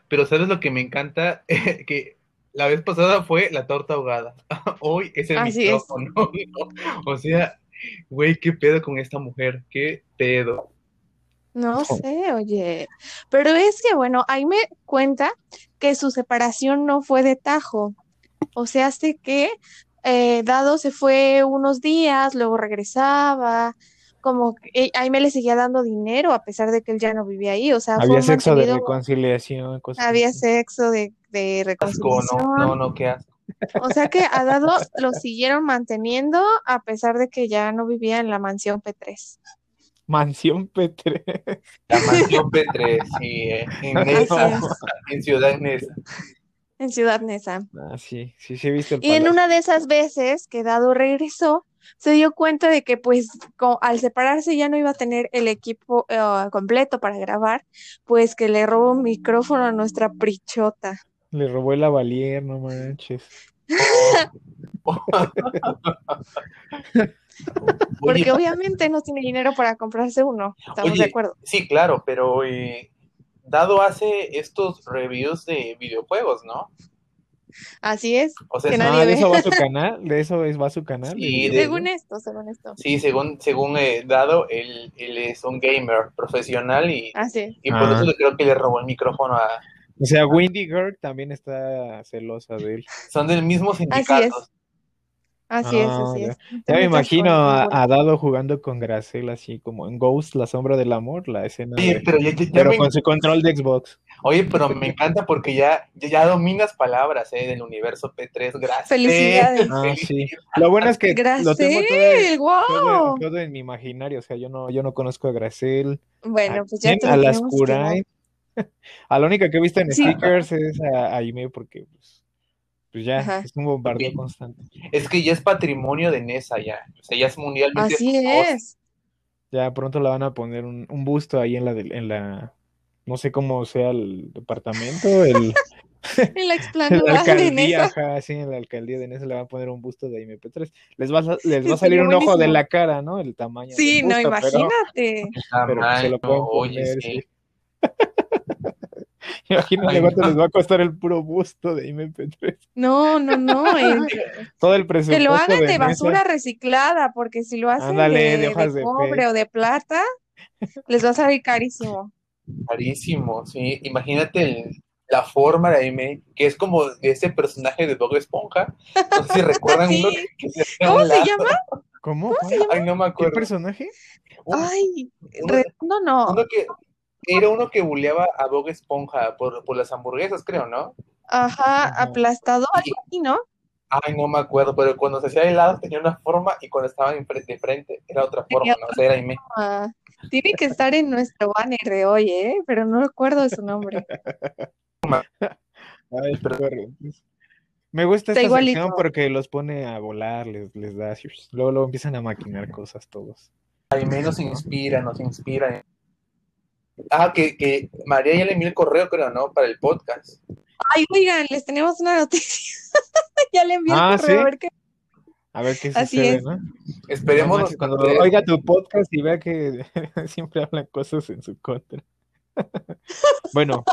[SPEAKER 3] pero ¿sabes lo que me encanta? que la vez pasada fue la torta ahogada. Hoy es el
[SPEAKER 2] Así es.
[SPEAKER 3] micrófono. O sea, güey, qué pedo con esta mujer, qué pedo.
[SPEAKER 2] No sé, oye. Pero es que, bueno, Aime cuenta que su separación no fue de tajo. O sea, hace que eh, Dado se fue unos días, luego regresaba. Como que eh, Aime le seguía dando dinero a pesar de que él ya no vivía ahí. O sea, fue
[SPEAKER 1] Había
[SPEAKER 2] un
[SPEAKER 1] sexo de
[SPEAKER 2] mantenido.
[SPEAKER 1] reconciliación, cosas
[SPEAKER 2] Había
[SPEAKER 1] así.
[SPEAKER 2] sexo de, de
[SPEAKER 3] Asco, no,
[SPEAKER 2] reconciliación.
[SPEAKER 3] no, no, qué asco.
[SPEAKER 2] O sea que a Dado lo siguieron manteniendo a pesar de que ya no vivía en la mansión P3.
[SPEAKER 1] Mansión P3.
[SPEAKER 3] La mansión P3, sí, eh, en Nesa,
[SPEAKER 2] Así es.
[SPEAKER 3] en Ciudad Nesa.
[SPEAKER 2] En Ciudad Neza.
[SPEAKER 1] Ah, sí, sí, sí, he visto el
[SPEAKER 2] Y en
[SPEAKER 1] palacio.
[SPEAKER 2] una de esas veces que Dado regresó, se dio cuenta de que pues co- al separarse ya no iba a tener el equipo eh, completo para grabar, pues que le robó un micrófono a nuestra prichota.
[SPEAKER 1] Le robó el avalier, no manches.
[SPEAKER 2] Porque
[SPEAKER 3] Oye,
[SPEAKER 2] obviamente no tiene dinero para comprarse uno, estamos
[SPEAKER 3] Oye,
[SPEAKER 2] de acuerdo.
[SPEAKER 3] sí, claro, pero eh, Dado hace estos reviews de videojuegos, ¿no?
[SPEAKER 2] Así es,
[SPEAKER 3] O sea,
[SPEAKER 2] Que
[SPEAKER 3] sí,
[SPEAKER 2] nadie
[SPEAKER 1] Ah,
[SPEAKER 2] ve.
[SPEAKER 1] de eso va su canal, de eso es va su canal.
[SPEAKER 3] Sí,
[SPEAKER 1] el
[SPEAKER 3] de-
[SPEAKER 1] video,
[SPEAKER 2] según esto, según esto.
[SPEAKER 3] Sí, según, según eh, Dado, él, él es un gamer profesional y,
[SPEAKER 2] Así es.
[SPEAKER 3] y por
[SPEAKER 1] Ah.
[SPEAKER 3] eso le creo que le robó el micrófono a,
[SPEAKER 1] O sea, Wendy Girl también está celosa de él.
[SPEAKER 3] Son del mismo sindicato.
[SPEAKER 2] es. Así es,
[SPEAKER 1] Ah,
[SPEAKER 2] así
[SPEAKER 1] ya.
[SPEAKER 2] es.
[SPEAKER 1] Ya me imagino a,
[SPEAKER 2] a...
[SPEAKER 1] a Dado jugando con Graciela, así como en Ghost, la sombra del amor, la escena
[SPEAKER 3] Oye,
[SPEAKER 1] de-
[SPEAKER 3] pero, ya- ya- ya
[SPEAKER 1] Pero pues
[SPEAKER 3] me-
[SPEAKER 1] con su control de Xbox.
[SPEAKER 3] oye, pero me encanta porque ya, ya, ya dominas palabras eh, del universo P3. Gracias.
[SPEAKER 2] Felicidades.
[SPEAKER 1] Ah, sí. Lo bueno es que lo tengo todo,
[SPEAKER 2] Gracel,
[SPEAKER 1] todo-
[SPEAKER 2] wow.
[SPEAKER 1] todo en mi imaginario, o sea, yo no, yo no conozco a Gracel.
[SPEAKER 2] Bueno,
[SPEAKER 1] ¿A
[SPEAKER 2] pues ya
[SPEAKER 1] Ah, quién?
[SPEAKER 2] te
[SPEAKER 1] A
[SPEAKER 2] lo
[SPEAKER 1] las
[SPEAKER 2] tenemos que dar.
[SPEAKER 1] Kurai. A la única que he visto en
[SPEAKER 2] Sí.
[SPEAKER 1] stickers es a, a Aime porque pues, pues ya,
[SPEAKER 2] Ajá.
[SPEAKER 1] es un bombardeo
[SPEAKER 3] Ok.
[SPEAKER 1] constante.
[SPEAKER 3] Es que ya es patrimonio de Nesa, ya. O sea, ya es mundialmente
[SPEAKER 2] Así
[SPEAKER 3] famosa.
[SPEAKER 2] es.
[SPEAKER 1] Ya pronto le van a poner un, un busto ahí en la, del- en la, no sé cómo sea el departamento, el,
[SPEAKER 2] En la
[SPEAKER 1] en la
[SPEAKER 2] explanada de
[SPEAKER 1] alcaldía,
[SPEAKER 2] Nesa.
[SPEAKER 1] ajá, sí, en la alcaldía de Nesa le van a poner un busto de MP3. Les va a, les va a
[SPEAKER 2] Estaría
[SPEAKER 1] salir un ojo de
[SPEAKER 2] buenísimo.
[SPEAKER 1] la cara, ¿no? El tamaño
[SPEAKER 2] Sí,
[SPEAKER 1] del
[SPEAKER 2] no,
[SPEAKER 1] busto, pero-
[SPEAKER 2] imagínate.
[SPEAKER 1] pero, pues, se lo pueden
[SPEAKER 3] Tamaño, oye,
[SPEAKER 1] poner,
[SPEAKER 3] sí.
[SPEAKER 1] sí. Imagínate
[SPEAKER 3] Ay,
[SPEAKER 1] cuánto
[SPEAKER 3] no.
[SPEAKER 1] les va a costar el puro busto de MP3.
[SPEAKER 2] No, no, no. en-
[SPEAKER 1] Todo el
[SPEAKER 2] Que
[SPEAKER 1] presupuesto
[SPEAKER 2] lo hagan
[SPEAKER 1] de
[SPEAKER 2] de
[SPEAKER 1] Nesa.
[SPEAKER 2] basura reciclada, porque si lo hacen
[SPEAKER 1] Ándale, de
[SPEAKER 2] de, de
[SPEAKER 1] hojas de
[SPEAKER 2] cobre
[SPEAKER 1] fe.
[SPEAKER 2] o de plata, les va a salir carísimo.
[SPEAKER 3] Carísimo, sí. Imagínate el- la forma de Aime, que es como de ese personaje de Bob Esponja. No sé si recuerdan
[SPEAKER 2] Sí.
[SPEAKER 3] uno que, que se hacía a
[SPEAKER 2] ¿Cómo
[SPEAKER 3] un
[SPEAKER 2] se
[SPEAKER 3] lado.
[SPEAKER 2] llama?
[SPEAKER 1] ¿Cómo? ¿Cuál?
[SPEAKER 3] Ay, no me
[SPEAKER 1] ¿Qué
[SPEAKER 3] acuerdo.
[SPEAKER 1] personaje?
[SPEAKER 3] Un-
[SPEAKER 2] Ay,
[SPEAKER 3] uno,
[SPEAKER 2] redondo no.
[SPEAKER 3] uno que era uno que buleaba a Bob Esponja por, por las hamburguesas, creo, ¿no?
[SPEAKER 2] Ajá,
[SPEAKER 1] Ajá.
[SPEAKER 2] aplastador, algo así, ¿no?
[SPEAKER 3] Ay, no me acuerdo, pero cuando se hacía de lado tenía una forma y cuando estaba de frente, de frente era otra forma,
[SPEAKER 2] Tenía
[SPEAKER 3] ¿no? O sea, era Aime.
[SPEAKER 2] Ah, tiene que estar en nuestro banner de hoy, ¿eh? Pero no recuerdo su nombre.
[SPEAKER 1] Ay,
[SPEAKER 3] Pero-
[SPEAKER 1] corre. Me gusta
[SPEAKER 2] Está
[SPEAKER 1] esta
[SPEAKER 2] igualito.
[SPEAKER 1] sección porque los pone a volar, les, les da. así, Luego, luego empiezan a maquinar cosas todos.
[SPEAKER 3] Aime nos inspira, nos inspira. Ah, que, que María ya le envió el correo, creo, ¿no? Para el podcast.
[SPEAKER 2] Ay, oigan, les tenemos una noticia. Ya le envié el
[SPEAKER 1] Ah,
[SPEAKER 2] correo,
[SPEAKER 1] ¿sí?
[SPEAKER 2] a ver qué.
[SPEAKER 1] A ver qué
[SPEAKER 2] Así
[SPEAKER 1] sucede,
[SPEAKER 2] es.
[SPEAKER 1] ¿no?
[SPEAKER 3] Esperemos
[SPEAKER 1] No manches, cuando
[SPEAKER 3] que-
[SPEAKER 1] oiga tu podcast y vea que siempre hablan cosas en su contra. Bueno,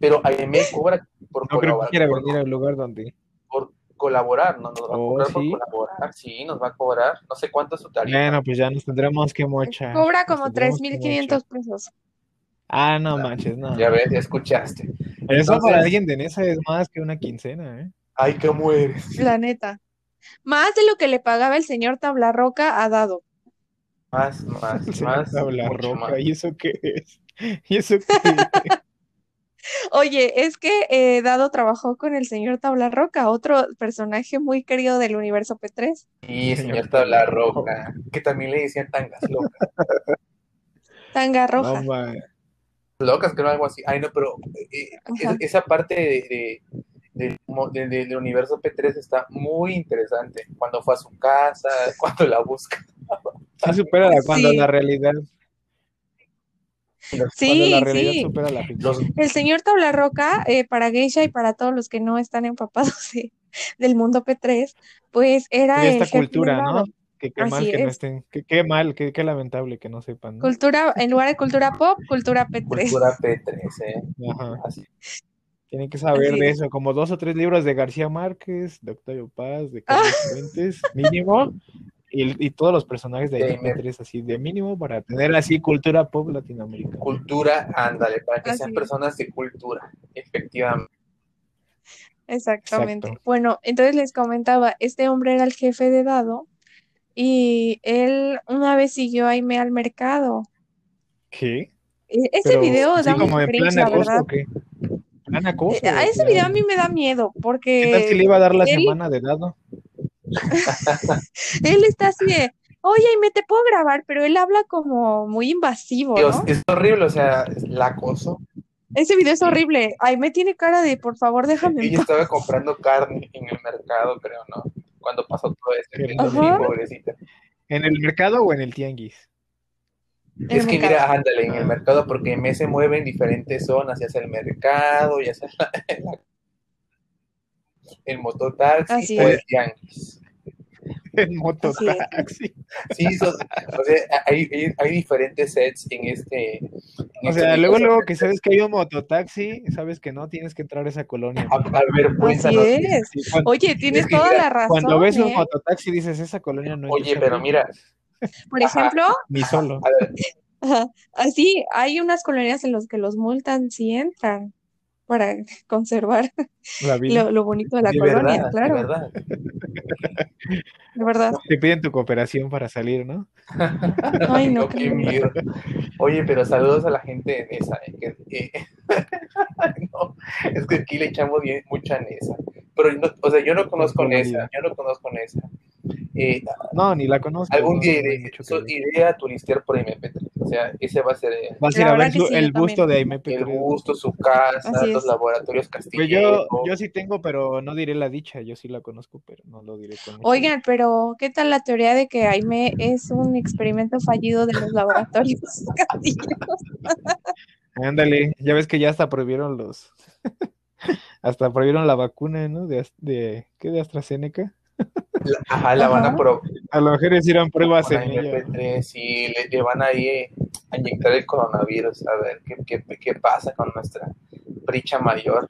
[SPEAKER 3] Pero Aime cobra por
[SPEAKER 1] no creo que
[SPEAKER 3] colaborar,
[SPEAKER 1] quiera
[SPEAKER 3] por,
[SPEAKER 1] venir a un lugar donde.
[SPEAKER 3] por colaborar, ¿no? Nos va a
[SPEAKER 1] Oh,
[SPEAKER 3] cobrar
[SPEAKER 1] ¿sí?
[SPEAKER 3] por colaborar, sí, nos va a cobrar. No sé cuánto es su tarifa.
[SPEAKER 1] Bueno, pues ya nos tendremos que mochar.
[SPEAKER 2] Cobra
[SPEAKER 1] nos
[SPEAKER 2] como
[SPEAKER 1] tendremos Ah, pues que
[SPEAKER 2] 3.500 pesos.
[SPEAKER 1] mochar. Ah, no manches, no.
[SPEAKER 3] Ya ves, ya escuchaste.
[SPEAKER 1] Eso para
[SPEAKER 3] Entonces-
[SPEAKER 1] alguien de Nesa es más que una quincena, ¿eh?
[SPEAKER 3] Ay, cómo eres.
[SPEAKER 2] La neta. Más de lo que le pagaba el señor Tablarroca a Dado.
[SPEAKER 3] Más, más,
[SPEAKER 1] Se
[SPEAKER 3] más.
[SPEAKER 1] nota la
[SPEAKER 3] mucho
[SPEAKER 1] roca,
[SPEAKER 3] más.
[SPEAKER 1] ¿y eso qué es? ¿Y eso qué?
[SPEAKER 2] Oye, es que eh, Dado trabajó con el señor Tablarroca, otro personaje muy querido del universo P3.
[SPEAKER 3] Sí, señor
[SPEAKER 1] Señor
[SPEAKER 3] Tabla
[SPEAKER 1] Tablarroca.
[SPEAKER 3] Roca, que también le decían tangas locas.
[SPEAKER 2] Tanga roja.
[SPEAKER 1] No, ma-
[SPEAKER 3] Locas, creo, algo así. Ay, no, pero eh, es-
[SPEAKER 2] Ajá.
[SPEAKER 3] esa parte de, de- de- mo- de- de- del universo P3 está muy interesante. Cuando fue a su casa, cuando la busca.
[SPEAKER 1] sí supera la- cuando
[SPEAKER 2] Sí.
[SPEAKER 1] la realidad, cuando la
[SPEAKER 2] Sí,
[SPEAKER 1] realidad
[SPEAKER 2] sí.
[SPEAKER 1] supera la ficción.
[SPEAKER 3] Los,
[SPEAKER 2] El señor Tablarroca, eh, para Geisha y para todos los que no están empapados de- del mundo P3, pues era
[SPEAKER 1] de
[SPEAKER 2] el
[SPEAKER 1] esta
[SPEAKER 2] jefe
[SPEAKER 1] cultura,
[SPEAKER 2] malvado.
[SPEAKER 1] ¿no? Que qué mal
[SPEAKER 2] Así
[SPEAKER 1] que no
[SPEAKER 2] es.
[SPEAKER 1] estén, que qué mal, que qué lamentable que no sepan, ¿no?
[SPEAKER 2] Cultura, en lugar de cultura pop, cultura P3.
[SPEAKER 3] Cultura P3, ¿eh?
[SPEAKER 1] Ajá.
[SPEAKER 3] Así.
[SPEAKER 1] Tienen que saber
[SPEAKER 2] Así
[SPEAKER 1] de
[SPEAKER 2] es.
[SPEAKER 1] eso, como dos o tres libros de García Márquez, de Octavio Paz, de
[SPEAKER 2] Ah.
[SPEAKER 1] Carlos Fuentes, mínimo, y, y todos los personajes de
[SPEAKER 3] De
[SPEAKER 1] IP3 así de mínimo para tener así cultura pop latinoamericana.
[SPEAKER 3] Cultura, ándale, para que
[SPEAKER 2] Así
[SPEAKER 3] sean
[SPEAKER 2] es.
[SPEAKER 3] personas de cultura, efectivamente.
[SPEAKER 2] Exactamente.
[SPEAKER 1] Exacto.
[SPEAKER 2] Bueno, entonces les comentaba, este hombre era el jefe de Dado y él una vez siguió a Aime al mercado.
[SPEAKER 1] ¿Qué?
[SPEAKER 2] E- Ese
[SPEAKER 1] Pero
[SPEAKER 2] video
[SPEAKER 1] así
[SPEAKER 2] da
[SPEAKER 1] como
[SPEAKER 2] mucho
[SPEAKER 1] en
[SPEAKER 2] cringe,
[SPEAKER 1] plan
[SPEAKER 2] la
[SPEAKER 1] acoso,
[SPEAKER 2] verdad.
[SPEAKER 1] ¿o qué? ¿Plan
[SPEAKER 2] Eh,
[SPEAKER 1] acoso?
[SPEAKER 2] A
[SPEAKER 1] o
[SPEAKER 2] ese video a
[SPEAKER 1] plan-
[SPEAKER 2] mí me da miedo
[SPEAKER 1] ¿Qué tal si le
[SPEAKER 2] porque
[SPEAKER 1] iba a dar la
[SPEAKER 2] él,
[SPEAKER 1] semana de dado?
[SPEAKER 2] él está así de, oye, Aime, te puedo grabar, pero él habla como muy invasivo,
[SPEAKER 3] Dios,
[SPEAKER 2] ¿no?
[SPEAKER 3] es horrible, o sea, la acoso.
[SPEAKER 2] Ese video es horrible. Aime tiene cara de, por favor, déjame en
[SPEAKER 3] Ella
[SPEAKER 2] paz.
[SPEAKER 3] estaba comprando carne en el mercado, creo, ¿no? Cuando pasó todo esto,
[SPEAKER 1] Qué
[SPEAKER 3] sí,
[SPEAKER 2] Ajá.
[SPEAKER 3] pobrecita.
[SPEAKER 1] ¿En el mercado o en el tianguis?
[SPEAKER 2] En
[SPEAKER 3] Es
[SPEAKER 2] el
[SPEAKER 3] que
[SPEAKER 2] mercado.
[SPEAKER 3] mira, ándale, en
[SPEAKER 1] Ah.
[SPEAKER 3] el mercado, porque me se mueve en diferentes zonas, ya sea el mercado, ya sea la- la- el pues, mototaxi
[SPEAKER 2] Así
[SPEAKER 3] o el
[SPEAKER 1] es.
[SPEAKER 3] tianguis.
[SPEAKER 1] En mototaxi.
[SPEAKER 3] Sí, son- o sea, hay, hay, hay diferentes sets en este. en
[SPEAKER 1] O
[SPEAKER 3] este
[SPEAKER 1] sea, luego,
[SPEAKER 3] universo.
[SPEAKER 1] luego que sabes que hay un mototaxi, sabes que no tienes que entrar a esa colonia.
[SPEAKER 3] A, a ver,
[SPEAKER 2] Así
[SPEAKER 3] cuéntanos.
[SPEAKER 2] es.
[SPEAKER 1] Sí, cuando,
[SPEAKER 2] Oye, tienes
[SPEAKER 3] Es que
[SPEAKER 2] toda
[SPEAKER 3] mira,
[SPEAKER 2] la razón,
[SPEAKER 1] cuando ves un
[SPEAKER 2] ¿eh?
[SPEAKER 1] mototaxi dices, esa colonia no
[SPEAKER 3] Oye,
[SPEAKER 1] ingresa
[SPEAKER 3] pero
[SPEAKER 1] bien,
[SPEAKER 3] mira,
[SPEAKER 2] Por
[SPEAKER 3] Ajá.
[SPEAKER 2] ejemplo,
[SPEAKER 1] ni solo.
[SPEAKER 3] a ver,
[SPEAKER 2] ajá, así hay unas colonias en las que los multan si entran. para conservar
[SPEAKER 1] La vida.
[SPEAKER 2] lo, lo bonito de la
[SPEAKER 3] De
[SPEAKER 2] colonia,
[SPEAKER 3] verdad,
[SPEAKER 2] claro,
[SPEAKER 3] de verdad.
[SPEAKER 2] de verdad.
[SPEAKER 1] Te piden tu cooperación para salir, ¿no?
[SPEAKER 2] Ay, no,
[SPEAKER 3] Yo,
[SPEAKER 2] qué
[SPEAKER 3] qué miedo. Oye, pero saludos a la gente de esa. eh, que- que- No, es que aquí le echamos bien, mucha Nesa. Pero, no, o sea, yo no conozco Nesa, yo no conozco Nesa. Eh,
[SPEAKER 1] No, ni la conozco.
[SPEAKER 3] algún
[SPEAKER 1] no,
[SPEAKER 3] día
[SPEAKER 1] no hay
[SPEAKER 3] iré,
[SPEAKER 1] mucho que
[SPEAKER 3] so-
[SPEAKER 1] ver.
[SPEAKER 3] iré a turistear por MP3. O sea, ese va a ser eh,
[SPEAKER 1] Vas a
[SPEAKER 2] La
[SPEAKER 1] ir a
[SPEAKER 2] verdad
[SPEAKER 1] ver
[SPEAKER 2] que
[SPEAKER 1] su-
[SPEAKER 2] sí,
[SPEAKER 1] el
[SPEAKER 2] yo también.
[SPEAKER 1] busto de MP3.
[SPEAKER 3] el gusto, su casa,
[SPEAKER 2] Así
[SPEAKER 3] los
[SPEAKER 2] es.
[SPEAKER 3] laboratorios
[SPEAKER 1] Pues yo,
[SPEAKER 3] Castillero.
[SPEAKER 1] yo sí tengo, pero no diré la dicha. Yo sí la conozco, pero no lo diré con mucha
[SPEAKER 2] Oigan, pero ¿qué tal la teoría de que Aime es un experimento fallido de los laboratorios?
[SPEAKER 1] Ándale, ya ves que ya hasta prohibieron los, hasta prohibieron la vacuna, ¿no? De, Ast- de, ¿qué? De AstraZeneca.
[SPEAKER 3] La- ajá, la van a
[SPEAKER 2] Ajá.
[SPEAKER 3] probar
[SPEAKER 1] A las mujeres hicieron pruebas
[SPEAKER 3] con
[SPEAKER 1] en ella.
[SPEAKER 3] MP3 y le, le van ahí eh, a inyectar el coronavirus. A ver qué, qué, qué pasa con nuestra bricha mayor.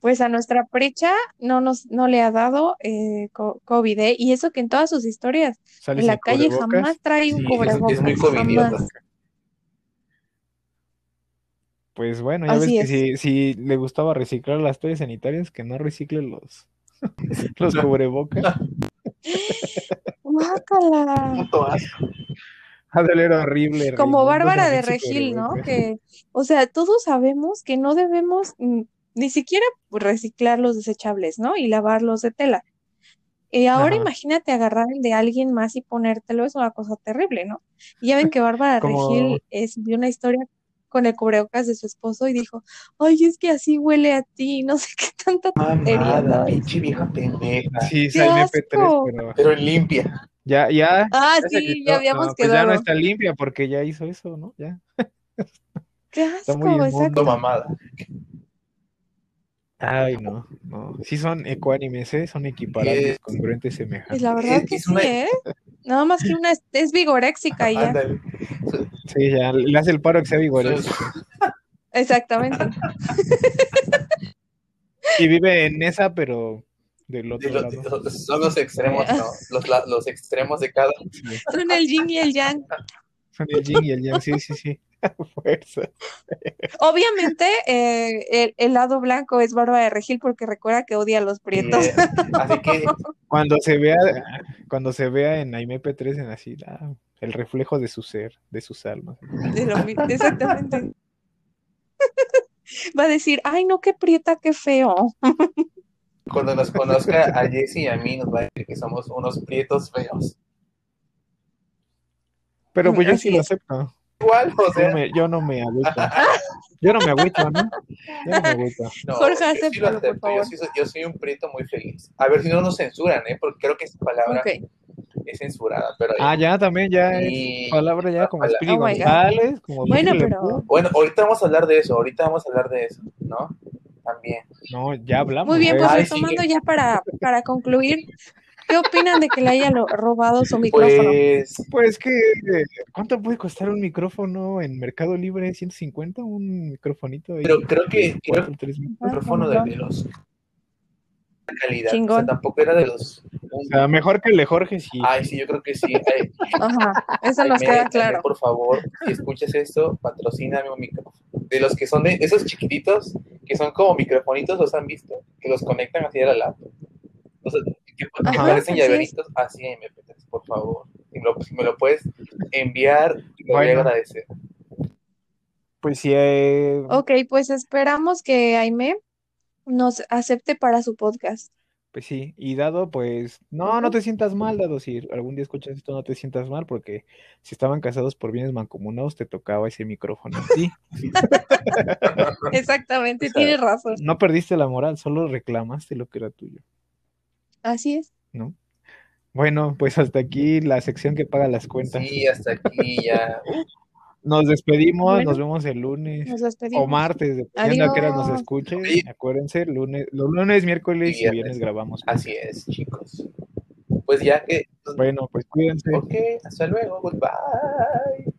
[SPEAKER 2] Pues a nuestra precha no nos no le ha dado eh, co- COVID, ¿eh? Y eso que en todas sus historias,
[SPEAKER 1] Sale
[SPEAKER 2] en la
[SPEAKER 1] sin
[SPEAKER 2] calle
[SPEAKER 1] cubrebocas.
[SPEAKER 2] jamás trae un
[SPEAKER 3] Sí, es- es, muy
[SPEAKER 2] cubrebocas,
[SPEAKER 3] covidiota.
[SPEAKER 2] jamás.
[SPEAKER 1] Pues bueno, ya
[SPEAKER 2] Así
[SPEAKER 1] ves
[SPEAKER 2] es.
[SPEAKER 1] que si, si le gustaba reciclar las toallas sanitarias, que no recicle los, los cubrebocas.
[SPEAKER 2] Guácala.
[SPEAKER 3] Puto asco.
[SPEAKER 1] Ha de oler horrible,
[SPEAKER 2] Como
[SPEAKER 1] Raimundo,
[SPEAKER 2] Bárbara de
[SPEAKER 1] también su
[SPEAKER 2] Regil, ¿no?
[SPEAKER 1] cubrebocas.
[SPEAKER 2] Que, o sea, todos sabemos que no debemos mm, ni siquiera reciclar los desechables, ¿no? Y lavarlos de tela. Y ahora
[SPEAKER 1] Ajá.
[SPEAKER 2] imagínate agarrar el de alguien más y ponértelo, es una cosa terrible, ¿no? Y ya ven que Bárbara
[SPEAKER 1] Como-
[SPEAKER 2] Regil eh, subió una historia con el cubrebocas de su esposo y dijo, ay, es que así huele a ti, no sé qué tanta tontería,
[SPEAKER 3] Mamada,
[SPEAKER 2] ¿no?
[SPEAKER 3] pinche vieja pendeja.
[SPEAKER 1] Sí,
[SPEAKER 2] ¡Qué
[SPEAKER 1] sale MP3,
[SPEAKER 2] asco!
[SPEAKER 1] pero
[SPEAKER 3] Pero limpia.
[SPEAKER 1] ya, ya,
[SPEAKER 2] Ah,
[SPEAKER 1] ya se
[SPEAKER 2] sí,
[SPEAKER 1] quitó.
[SPEAKER 2] ya habíamos
[SPEAKER 1] No, pues ya no
[SPEAKER 2] quedado.
[SPEAKER 1] está limpia porque ya hizo eso, ¿no? Ya.
[SPEAKER 2] ¡Qué
[SPEAKER 1] muy
[SPEAKER 2] asco!
[SPEAKER 1] inmundo.
[SPEAKER 3] No
[SPEAKER 2] Exacto.
[SPEAKER 3] mamada.
[SPEAKER 1] Ay, no, no. Sí son ecuánimes, ¿eh? Son equiparables,
[SPEAKER 3] Es-
[SPEAKER 1] congruentes,
[SPEAKER 2] Pues
[SPEAKER 1] semejantes.
[SPEAKER 2] la verdad
[SPEAKER 3] Es-
[SPEAKER 2] que
[SPEAKER 3] es
[SPEAKER 2] sí,
[SPEAKER 3] una-
[SPEAKER 2] ¿eh? Nada más que una es, es vigoréxica y ya.
[SPEAKER 3] Ándale. Su-
[SPEAKER 1] Sí, ya, le hace el paro que sea vigoroso.
[SPEAKER 3] su-
[SPEAKER 2] Exactamente.
[SPEAKER 1] Y vive en esa, pero del
[SPEAKER 3] de
[SPEAKER 1] otro
[SPEAKER 3] los-
[SPEAKER 1] lado.
[SPEAKER 3] de los- son los extremos, ¿no? Los, la- los extremos de cada.
[SPEAKER 1] Sí.
[SPEAKER 2] Son el yin y el yang.
[SPEAKER 1] Son el yin y el yang, sí, sí, sí. Fuerza.
[SPEAKER 2] Obviamente, eh, el, el lado blanco es Bárbara de Regil porque recuerda que odia a los prietos.
[SPEAKER 3] Eh, así que
[SPEAKER 1] Cuando se vea, cuando se vea en p 3 en así, ah, el reflejo de su ser, de sus almas.
[SPEAKER 2] De lo mi- exactamente. Va a decir, ay, no, qué prieta, qué feo.
[SPEAKER 3] cuando nos conozca a Jesse y a mí, nos va a decir que somos unos prietos feos.
[SPEAKER 1] Pero pues yo
[SPEAKER 2] Así
[SPEAKER 1] sí lo
[SPEAKER 2] es.
[SPEAKER 1] acepto.
[SPEAKER 3] Igual, o
[SPEAKER 1] Yo,
[SPEAKER 3] sea.
[SPEAKER 1] me, yo no me agüito. Yo no me agüito, ¿no? Yo no me agüito.
[SPEAKER 3] No,
[SPEAKER 2] Jorge,
[SPEAKER 3] yo sí
[SPEAKER 2] acéptalo, por
[SPEAKER 3] lo acepto, yo
[SPEAKER 2] favor.
[SPEAKER 3] sí soy, yo soy un prieto muy feliz. A ver si no nos censuran, ¿eh? Porque creo que esa palabra
[SPEAKER 2] Ok.
[SPEAKER 3] es censurada, pero...
[SPEAKER 1] Ah, ya, también, ya es
[SPEAKER 3] y-
[SPEAKER 1] palabra ya como
[SPEAKER 3] Palabra.
[SPEAKER 1] Spiri
[SPEAKER 2] Oh my God.
[SPEAKER 1] González, como
[SPEAKER 2] Bueno,
[SPEAKER 1] Pepe Le
[SPEAKER 2] pero-
[SPEAKER 1] Pew.
[SPEAKER 3] Bueno, ahorita vamos a hablar de eso, ahorita vamos a hablar de eso, ¿no? También.
[SPEAKER 1] No, ya hablamos. ¿eh?
[SPEAKER 2] Muy bien,
[SPEAKER 1] güey.
[SPEAKER 2] pues
[SPEAKER 3] Ay,
[SPEAKER 2] retomando
[SPEAKER 3] sí.
[SPEAKER 2] ya para, para concluir, ¿qué opinan de que le haya lo- robado su micrófono?
[SPEAKER 3] Pues...
[SPEAKER 1] Pues que, ¿cuánto puede costar un micrófono en Mercado Libre? ¿150? ¿Un microfonito? ahí?
[SPEAKER 3] Pero creo que- creo-
[SPEAKER 1] Cuatro, tres mil.
[SPEAKER 2] Ah,
[SPEAKER 3] El micrófono de,
[SPEAKER 2] chingón.
[SPEAKER 3] de los... la calidad,
[SPEAKER 2] Chingón.
[SPEAKER 3] o sea, tampoco era de los...
[SPEAKER 1] O sea, mejor que el de Jorge, sí.
[SPEAKER 3] Ay, sí, yo creo que sí. eh, Ay,
[SPEAKER 2] Ajá, eso
[SPEAKER 3] ay,
[SPEAKER 2] nos
[SPEAKER 3] me-
[SPEAKER 2] queda
[SPEAKER 3] me-
[SPEAKER 2] claro.
[SPEAKER 3] por favor, si escuchas esto, patrocíname un micrófono. De los que son de esos chiquititos, que son como microfonitos, ¿los han visto? Que los conectan así a la laptop. O sea, que, que
[SPEAKER 1] Ajá.
[SPEAKER 3] parecen
[SPEAKER 2] Así es.
[SPEAKER 3] llaveritos, así en MP3, por favor. Si me lo, si me lo puedes enviar, te lo voy a
[SPEAKER 1] Bueno.
[SPEAKER 3] agradecer.
[SPEAKER 1] Pues sí, eh,
[SPEAKER 2] Ok, pues esperamos que Aime nos acepte para su podcast.
[SPEAKER 1] Pues sí, y Dado, pues no, no te sientas mal, Dado, si algún día escuchas esto, no te sientas mal, porque si estaban casados por bienes mancomunados, te tocaba ese micrófono a ti.
[SPEAKER 2] Exactamente,
[SPEAKER 3] O sea,
[SPEAKER 2] tienes razón.
[SPEAKER 1] No perdiste la moral, solo reclamaste lo que era tuyo,
[SPEAKER 2] Así es.
[SPEAKER 1] ¿no? Bueno, pues hasta aquí la sección que paga las cuentas.
[SPEAKER 3] Sí, hasta aquí ya.
[SPEAKER 1] Nos despedimos,
[SPEAKER 2] Bueno.
[SPEAKER 1] nos vemos el lunes
[SPEAKER 2] Nos las
[SPEAKER 1] o
[SPEAKER 2] pedimos.
[SPEAKER 1] martes, dependiendo a qué hora nos
[SPEAKER 2] Adiós.
[SPEAKER 1] escuchen.
[SPEAKER 3] Sí.
[SPEAKER 1] Acuérdense, lunes, los lunes, miércoles y
[SPEAKER 3] Viernes.
[SPEAKER 1] viernes grabamos.
[SPEAKER 3] Así es, chicos. Pues ya que.
[SPEAKER 1] Bueno, pues cuídense.
[SPEAKER 3] Ok, hasta luego. Goodbye.